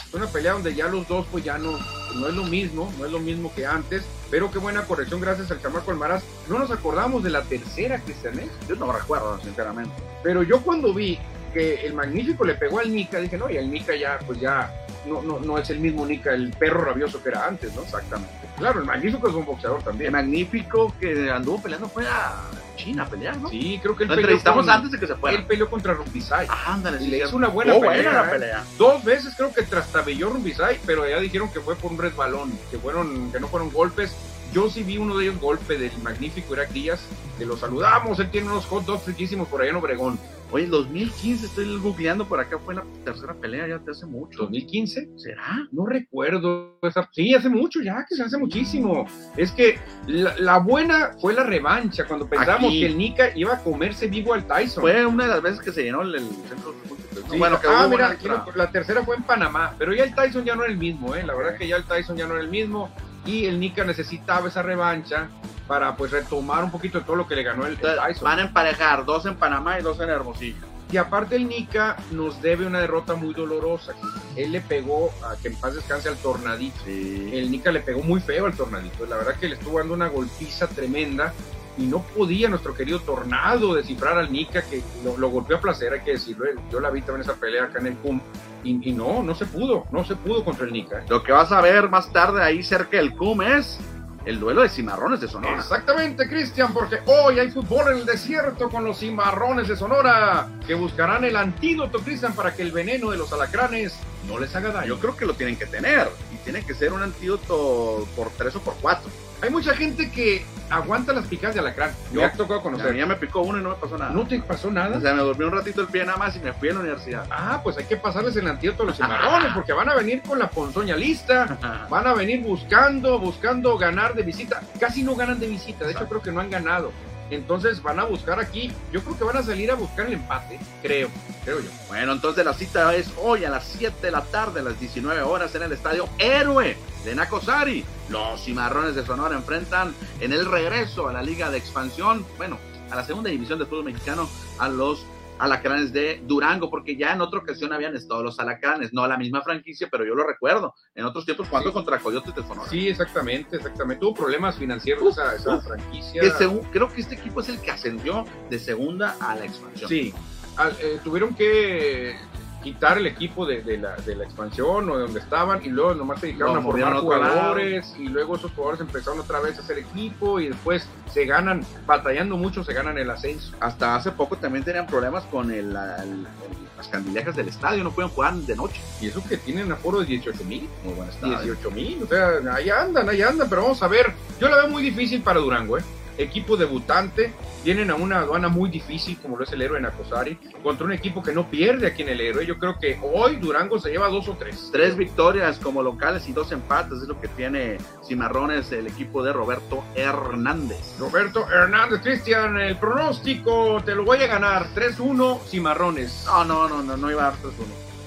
A: Es una pelea donde ya los dos, pues ya no, no es lo mismo, no es lo mismo que antes. Pero qué buena corrección, gracias al chamaco Almaraz. No nos acordamos de la tercera, Cristian, ¿eh?
B: Yo no recuerdo, sinceramente.
A: Pero yo cuando vi que el magnífico le pegó al Nica, dije, no, y el Nica ya, pues ya, no, no, no es el mismo Nica, el perro rabioso que era antes, ¿no? Exactamente. Claro, el magnífico es un boxeador
B: El
A: también.
B: magnífico que anduvo peleando fue a China a pelear, ¿no?
A: Sí, creo que él
B: Lo
A: peleó,
B: entrevistamos
A: con-
B: antes de que se fuera.
A: él peleó contra Rubisay.
B: Ah, ándale,
A: Y
B: sí,
A: le
B: cierto.
A: hizo una buena
B: Oh,
A: pelea.
B: buena la
A: ¿eh?
B: pelea.
A: Dos veces creo que trastabilló Rumbisay, pero ya dijeron que fue por un resbalón, que fueron, que no fueron golpes. Yo sí vi uno de ellos golpe del magnífico Irak Díaz, que lo saludamos, él tiene unos hot dogs riquísimos por allá en Obregón.
B: Oye, en 2015 estoy googleando por acá, fue la tercera pelea ya te hace mucho.
A: ¿2015?
B: ¿Será?
A: No recuerdo. esa- Sí, hace mucho ya, que se hace muchísimo. Es que la, la buena fue la revancha, cuando pensamos
B: Aquí.
A: que el Nica iba a comerse vivo al Tyson.
B: Fue una de las veces que se llenó el, el centro. de-
A: Sí,
B: bueno, que
A: ah,
B: hubo
A: mira,
B: una
A: aquí
B: extra.
A: lo- la tercera fue en Panamá, pero ya el Tyson ya no era el mismo, ¿eh? La verdad que ya el Tyson ya no era el mismo y el Nica necesitaba esa revancha para pues retomar un poquito de todo lo que le ganó el, el
B: Entonces,
A: Tyson.
B: van a emparejar, dos en Panamá y dos en Hermosillo.
A: Y aparte el Nica nos debe una derrota muy dolorosa. Él le pegó, a que en paz descanse, al tornadito.
B: Sí.
A: El Nica le pegó muy feo al tornadito. La verdad que le estuvo dando una golpiza tremenda y no podía nuestro querido tornado descifrar al Nica, que lo, lo golpeó a placer, hay que decirlo. Yo la vi también esa pelea acá en el CUM. Y, y no, no se pudo, no se pudo contra el Nica. ¿eh?
B: Lo que vas a ver más tarde ahí cerca del CUM es el duelo de cimarrones de Sonora.
A: Exactamente, Cristian, porque hoy hay fútbol en el desierto con los cimarrones de Sonora, que buscarán el antídoto, Cristian, para que el veneno de los alacranes no les haga daño.
B: Yo creo que lo tienen que tener y tiene que ser un antídoto por tres o por cuatro.
A: Hay mucha gente que aguanta las picadas de alacrán.
B: Yo-
A: Me ha tocado
B: Ya,
A: conocer.
B: ya me picó uno y no me pasó nada.
A: ¿No te pasó nada?
B: O sea, me dormí un ratito el pie nada más y me fui a la universidad.
A: Ah, pues hay que pasarles el antídoto a los cimarrones, porque van a venir con la ponzoña lista, van a venir buscando, buscando ganar de visita. Casi no ganan de visita, de hecho creo que no han ganado. Entonces van a buscar aquí, yo creo que van a salir a buscar el empate, creo, creo yo.
B: Bueno, entonces la cita es hoy a las 7 de la tarde, a las 19 horas, en el estadio Héroe de Nacosari. Los cimarrones de Sonora enfrentan en el regreso a la Liga de Expansión, bueno, a la segunda división del fútbol mexicano a los alacranes de Durango, porque ya en otra ocasión habían estado los alacranes, no la misma franquicia, pero yo lo recuerdo, en otros tiempos cuando sí. contra Coyotes de Sonora.
A: Sí, exactamente, exactamente. Tuvo problemas financieros uh, esa, esa uh, franquicia.
B: Que según, creo que este equipo es el que ascendió de segunda a la expansión.
A: Sí, Al, eh, tuvieron que quitar el equipo de, de, la, de, la, expansión o de donde estaban y luego nomás se dedicaron no, a formar jugadores lado. y luego esos jugadores empezaron otra vez a hacer equipo y después se ganan, batallando mucho, se ganan el ascenso.
B: Hasta hace poco también tenían problemas con el, el, el, las candilejas del estadio, no pueden jugar de noche.
A: Y eso que tienen aforo de 18 mil. Muy buenas 18 mil, o sea, ahí andan, ahí andan, pero vamos a ver. Yo la veo muy difícil para Durango, ¿eh? equipo debutante, tienen a una aduana muy difícil como lo es el héroe Nacosari, contra un equipo que no pierde aquí en el héroe. Yo creo que hoy Durango se lleva dos o tres.
B: Tres victorias como locales y dos empates, es lo que tiene Cimarrones el equipo de Roberto Hernández.
A: Roberto Hernández, Cristian, el pronóstico, te lo voy a ganar, 3-1 Cimarrones.
B: No, no, no, no, no iba a dar 3-1.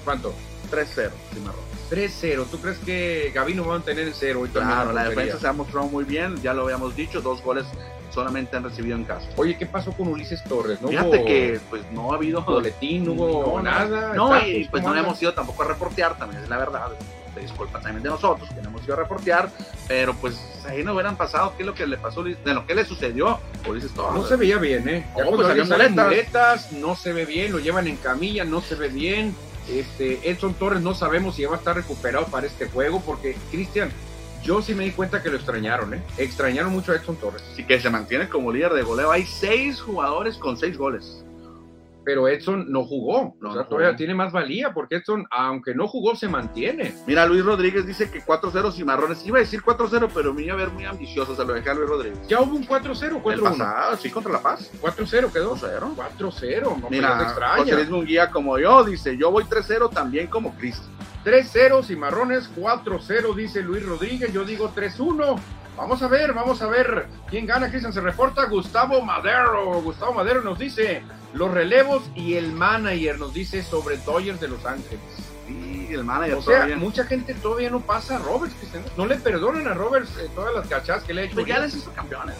A: ¿Cuánto?
B: 3-0 Cimarrones.
A: 3-0. ¿Tú crees que Gavino va a mantener el 0?
B: Hoy claro, la, la defensa se ha mostrado muy bien, ya lo habíamos dicho, dos goles solamente han recibido en casa.
A: Oye, ¿qué pasó con Ulises Torres?
B: ¿No Fíjate hubo... que pues no ha habido
A: boletín, no hubo nada.
B: No, exacto, y pues no le hemos ido tampoco a reportear, también es la verdad. Te disculpa también de nosotros, que no hemos ido a reportear, pero pues ahí no hubieran pasado qué es lo que le pasó, de lo que le sucedió Ulises Torres.
A: No se veía bien, ¿eh?
B: Oh, pues había muletas.
A: muletas, no se ve bien, lo llevan en camilla, no se ve bien. Este, Edson Torres no sabemos si va a estar recuperado para este juego, porque Cristian, yo sí me di cuenta que lo extrañaron, ¿eh? Extrañaron mucho a Edson Torres.
B: Sí, que se mantiene como líder de goleo. Hay seis jugadores con seis goles.
A: Pero Edson no jugó. No, o sea, no todavía jugó. tiene más valía porque Edson, aunque no jugó, se mantiene.
B: Mira, Luis Rodríguez dice que 4-0 Cimarrones. Iba a decir 4-0, pero me iba a ver muy ambicioso. Se lo dejé a Luis Rodríguez.
A: Ya hubo un 4-0, 4-1.
B: sí, contra La Paz.
A: 4-0 quedó. 4-0. 4-0. No, Mira, extraña.
B: José un guía como yo dice: Yo voy 3-0 también como Cristo.
A: 3-0 Cimarrones, 4-0 dice Luis Rodríguez, yo digo 3-1. Vamos a ver, vamos a ver quién gana. Cristian se reporta Gustavo Madero. Gustavo Madero nos dice los relevos y el manager nos dice sobre Dodgers de Los Ángeles.
B: Sí, el manager
A: o sea, todavía. mucha gente todavía no pasa a Roberts, Cristian. No le perdonan a Roberts eh, todas las cachadas que le ha hecho.
B: Pues ya les hizo campeones.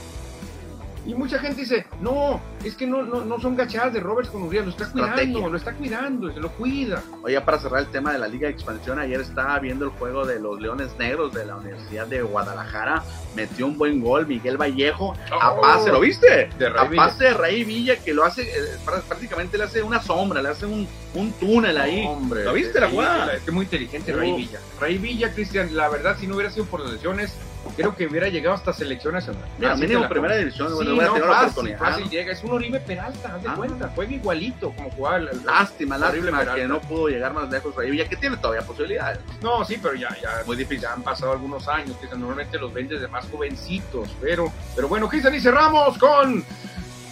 A: Y mucha gente dice, no, es que no, no, no son gachadas de Roberts con Urias, lo está Estrategia. cuidando, lo está cuidando, se lo cuida.
B: Oye, para cerrar el tema de la Liga de Expansión, ayer estaba viendo el juego de los Leones Negros de la Universidad de Guadalajara, metió un buen gol Miguel Vallejo, oh,
A: Ah,
B: a pase, ¿lo viste?
A: De
B: a pase de Rey Villa, que lo hace, eh, prácticamente le hace una sombra, le hace un, un túnel ahí.
A: Hombre,
B: ¿Lo viste la jugada?
A: Es que muy inteligente Rey Villa. Oh. Rey Villa, Cristian, la verdad, si no hubiera sido por las lesiones, creo que hubiera llegado hasta selección nacional.
B: Mira, Así mínimo primera como. división,
A: bueno, sí, no, tener fácil, la fácil llega, es un Oribe Peralta, haz de ah, cuenta, juega igualito como jugaba el, el
B: Lástima, lástima Peralta. que no pudo llegar más lejos Rey Villa, que tiene todavía posibilidades.
A: No, sí, pero ya, ya muy difícil, ya han pasado algunos años, que normalmente los vendes de más jovencitos, pero, pero bueno, Cristian, y cerramos con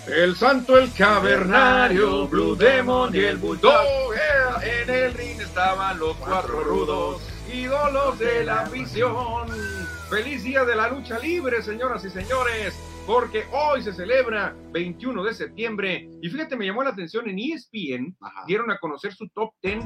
A: el santo, el cavernario, Blue Demon y el Bulldog. Yeah. En el ring estaban los cuatro rudos, ídolos de la afición. Feliz día de la lucha libre, señoras y señores, porque hoy se celebra 21 de septiembre. Y fíjate, me llamó la atención en E ESPN, Ajá. dieron a conocer su top 10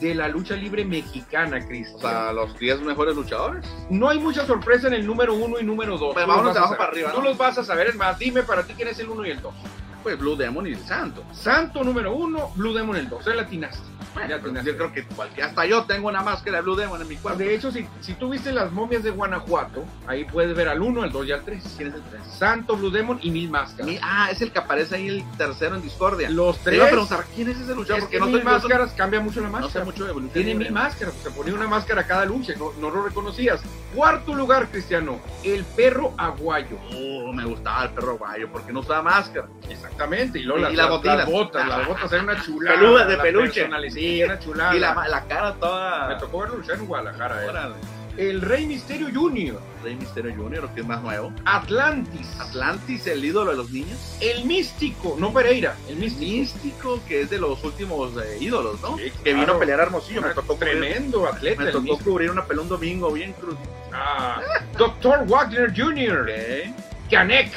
A: de la lucha libre mexicana, Cris.
B: O sea, los 10 mejores luchadores.
A: No hay mucha sorpresa en el número 1 y número 2.
B: Pero vámonos abajo para arriba.
A: Tú ¿no? los vas a saber, es más, dime para ti quién es el 1 y el 2.
B: Pues Blue Demon y el Santo.
A: Santo número 1, Blue Demon el 2. Es latinaste.
B: Bueno, yo creo que cualquiera, hasta yo tengo una máscara de Blue Demon en mi cuarto.
A: De hecho, si, si tú viste las momias de Guanajuato, ahí puedes ver al 1, al 2 y al 3.
B: ¿Quién es el 3?
A: Santo, Blue Demon y Mil Máscaras. Mi,
B: ah, es el que aparece ahí el tercero en Discordia.
A: Los tres.
B: Te iba a preguntar, ¿quién es ese luchador?
A: Es Porque que no Mil Máscaras son... cambia mucho la máscara.
B: No sé mucho de
A: Tiene Mil Máscaras, se ponía una máscara cada lucha, no, no, lo reconocías. Cuarto lugar, Cristiano, el perro aguayo.
B: Oh, me gustaba el perro aguayo porque no usaba máscara.
A: Exactamente, y, luego las, las,
B: botas,
A: las botas, las botas eran una chulada.
B: Peludas de peluche.
A: Sí, era chulada.
B: Y la, la, cara toda.
A: Ah, Me tocó verlo luchar en Guadalajara. Órale. El Rey Misterio Jr.
B: Rey Misterio Jr., que es más nuevo.
A: Atlantis.
B: Atlantis, el ídolo de los niños.
A: El Místico, no Pereira, el Místico.
B: Místico, que es de los últimos eh, ídolos, ¿no? Sí, claro. Que vino a pelear a Hermosillo.
A: Una, me tocó tremendo
B: cubrir,
A: atleta.
B: Me tocó cubrir una pelea un domingo bien cruz.
A: Ah, Doctor Wagner Jr. ¿Eh? Canek.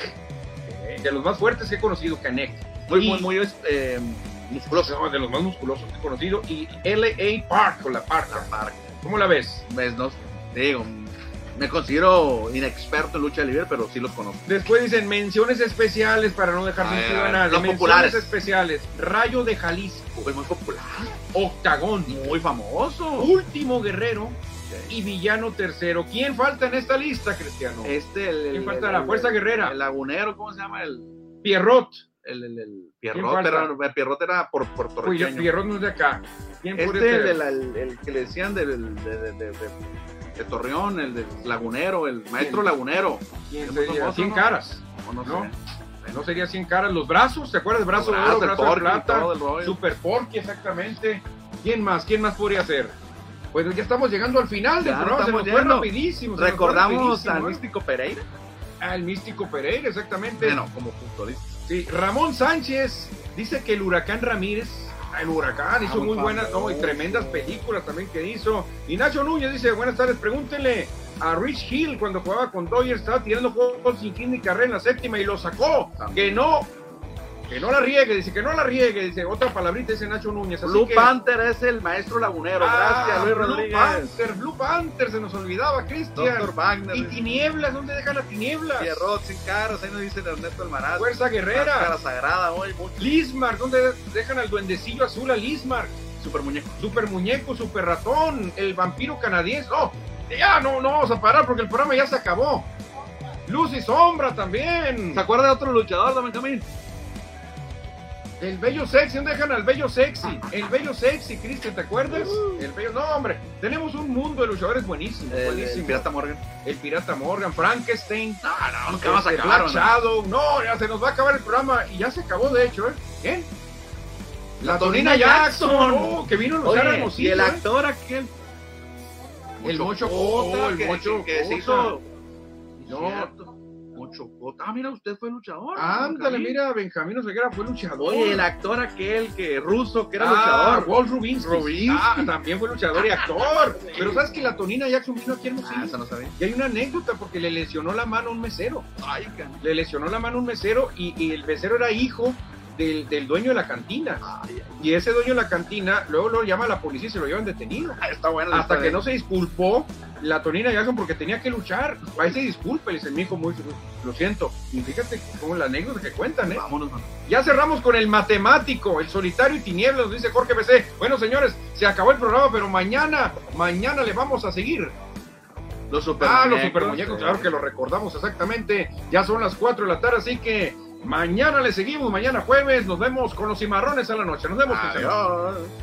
A: ¿Eh? De los más fuertes que he conocido, Canek.
B: Muy, y... muy, muy. Eh,
A: musculoso. No, de los más musculosos que he conocido. Y LA Park, o la Park.
B: La Park.
A: ¿Cómo la ves?
B: Ves, no, digo, Me considero inexperto en lucha libre, pero sí los conozco.
A: Después dicen menciones especiales para no dejar
B: A
A: sin
B: ver,
A: fuera
B: a ver,
A: nada.
B: los
A: menciones
B: populares.
A: especiales. Rayo de Jalisco,
B: Fue muy popular,
A: Octagón,
B: muy famoso.
A: Último Guerrero y Villano Tercero. ¿Quién falta en esta lista, Cristiano?
B: Este, el.
A: ¿Quién
B: el-
A: falta?
B: el-
A: La Fuerza
B: el-
A: Guerrera.
B: El lagunero, ¿cómo se llama? El.
A: Pierrot.
B: El, el, el
A: falta?
B: Pierrot, pero el Pierrot era por
A: Uy,
B: puertorriqueño.
A: Pierrot no es de acá. ¿Quién puede
B: Este,
A: ser?
B: el, el, el- el que le decían del, de, de- de- de- de Torreón, el del Lagunero, el maestro
A: ¿Quién?
B: Lagunero.
A: ¿Quién
B: el
A: sería?
B: famoso,
A: Cien
B: ¿no?
A: caras.
B: o no,
A: ¿No?
B: sé.
A: No sería 100 caras. Los brazos, ¿te acuerdas? Brazo de
B: Brazo,
A: oro,
B: el
A: brazo de
B: torque y
A: plata.
B: todo el rollo.
A: Super Porky, exactamente. ¿Quién más? ¿Quién más podría ser? Pues ya estamos llegando al final del
B: Ya
A: programa, se
B: estamos
A: nos fue
B: yendo.
A: rapidísimo. se nos fue
B: Recordamos
A: rapidísimo,
B: al
A: ¿eh?
B: místico Pereira.
A: al místico Pereira, exactamente.
B: Bueno, como futbolista.
A: Sí, Ramón Sánchez dice que el huracán Ramírez, el huracán, hizo
B: Ah, muy
A: muy buenas, no, y
B: famoso.
A: tremendas películas también que hizo. Y Nacho Núñez dice, buenas tardes, pregúntenle a Rich Hill cuando jugaba con Dodgers, estaba tirando juegos sin fin ni carrera en la séptima y lo sacó.
B: También.
A: Que no, que no la riegue, dice, que no la riegue, dice, otra palabrita dice Nacho Núñez. Así
B: Blue
A: que-
B: Panther es el maestro Lagunero.
A: Ah,
B: Gracias, Luis
A: Blue
B: Rodríguez.
A: Panther, Blue Panther, se nos olvidaba, Cristian.
B: Doctor Wagner.
A: Y tinieblas, ¿dónde dejan las tinieblas?
B: Pierrot sin caras. Ahí nos dicen Ernesto Almaraz.
A: Fuerza Guerrera.
B: Cara sagrada hoy. Muy,
A: Lismar, ¿dónde dejan al duendecillo azul a Lismar?
B: super muñeco.
A: Super muñeco, super ratón, el vampiro canadiense. No, ya no, no vamos a parar porque el programa ya se acabó. Luz y sombra también.
B: ¿Se acuerda de otro luchador, Don Benjamín?
A: El bello sexy, ¿dónde dejan al bello sexy? El bello sexy, Cristian, ¿te acuerdas? El bello, no, hombre, tenemos un mundo de luchadores buenísimos.
B: Uh. El, el
A: buenísimos.
B: Pirata Morgan.
A: El pirata Morgan, Frankenstein.
B: No, no, nunca más
A: este,
B: acabaron.
A: Black Shadow. No, ya se nos va a acabar el programa y ya se acabó, de hecho, ¿eh? ¿Quién? La, Tonina Jackson, oh, que vino a luchar a
B: Oye, y
A: Hermosillo,
B: el
A: ¿eh?
B: actor aquel.
A: El Mocho Cota,
B: Cota,
A: el
B: que-
A: Mocho
B: que, que se
A: Cota.
B: hizo.
A: No.
B: Cierto, Mocho Cota. Ah, mira, usted fue luchador.
A: Ándale,
B: Benjamín.
A: mira, Benjamín Oseguera fue luchador.
B: Oye, el actor aquel que ruso, que era
A: Ah,
B: luchador.
A: Walt Rubinsky.
B: Rubinsky.
A: Ah, también fue luchador y actor. Pero sabes que la Tonina Jackson vino aquí a
B: Ah, esa
A: Hermosillo.
B: no sabía.
A: Y hay una anécdota porque le lesionó la mano a un mesero.
B: Ay, can-
A: Le lesionó la mano a un mesero y, y el mesero era hijo del, del dueño de la cantina.
B: ay,
A: Y ese dueño de la cantina luego lo llama a la policía y se lo llevan detenido.
B: ay, Ah, está buena. la
A: Hasta que
B: historia.
A: no se disculpó la Tonina Jackson porque tenía que luchar. Ahí se disculpa y le dice, mijo, muy, lo siento. Y fíjate cómo la anécdota que cuentan, ¿eh?
B: Vámonos, mano.
A: Ya cerramos con el matemático, el solitario y tinieblas, nos dice Jorge BC. Bueno, señores, se acabó el programa, pero mañana, mañana le vamos a seguir.
B: Los super
A: Ah, los super muñecos, claro que lo recordamos exactamente. Ya son las 4 de la tarde, así que mañana le seguimos, mañana jueves, nos vemos con los cimarrones a la noche. Nos vemos, Cristiano.
B: Adiós.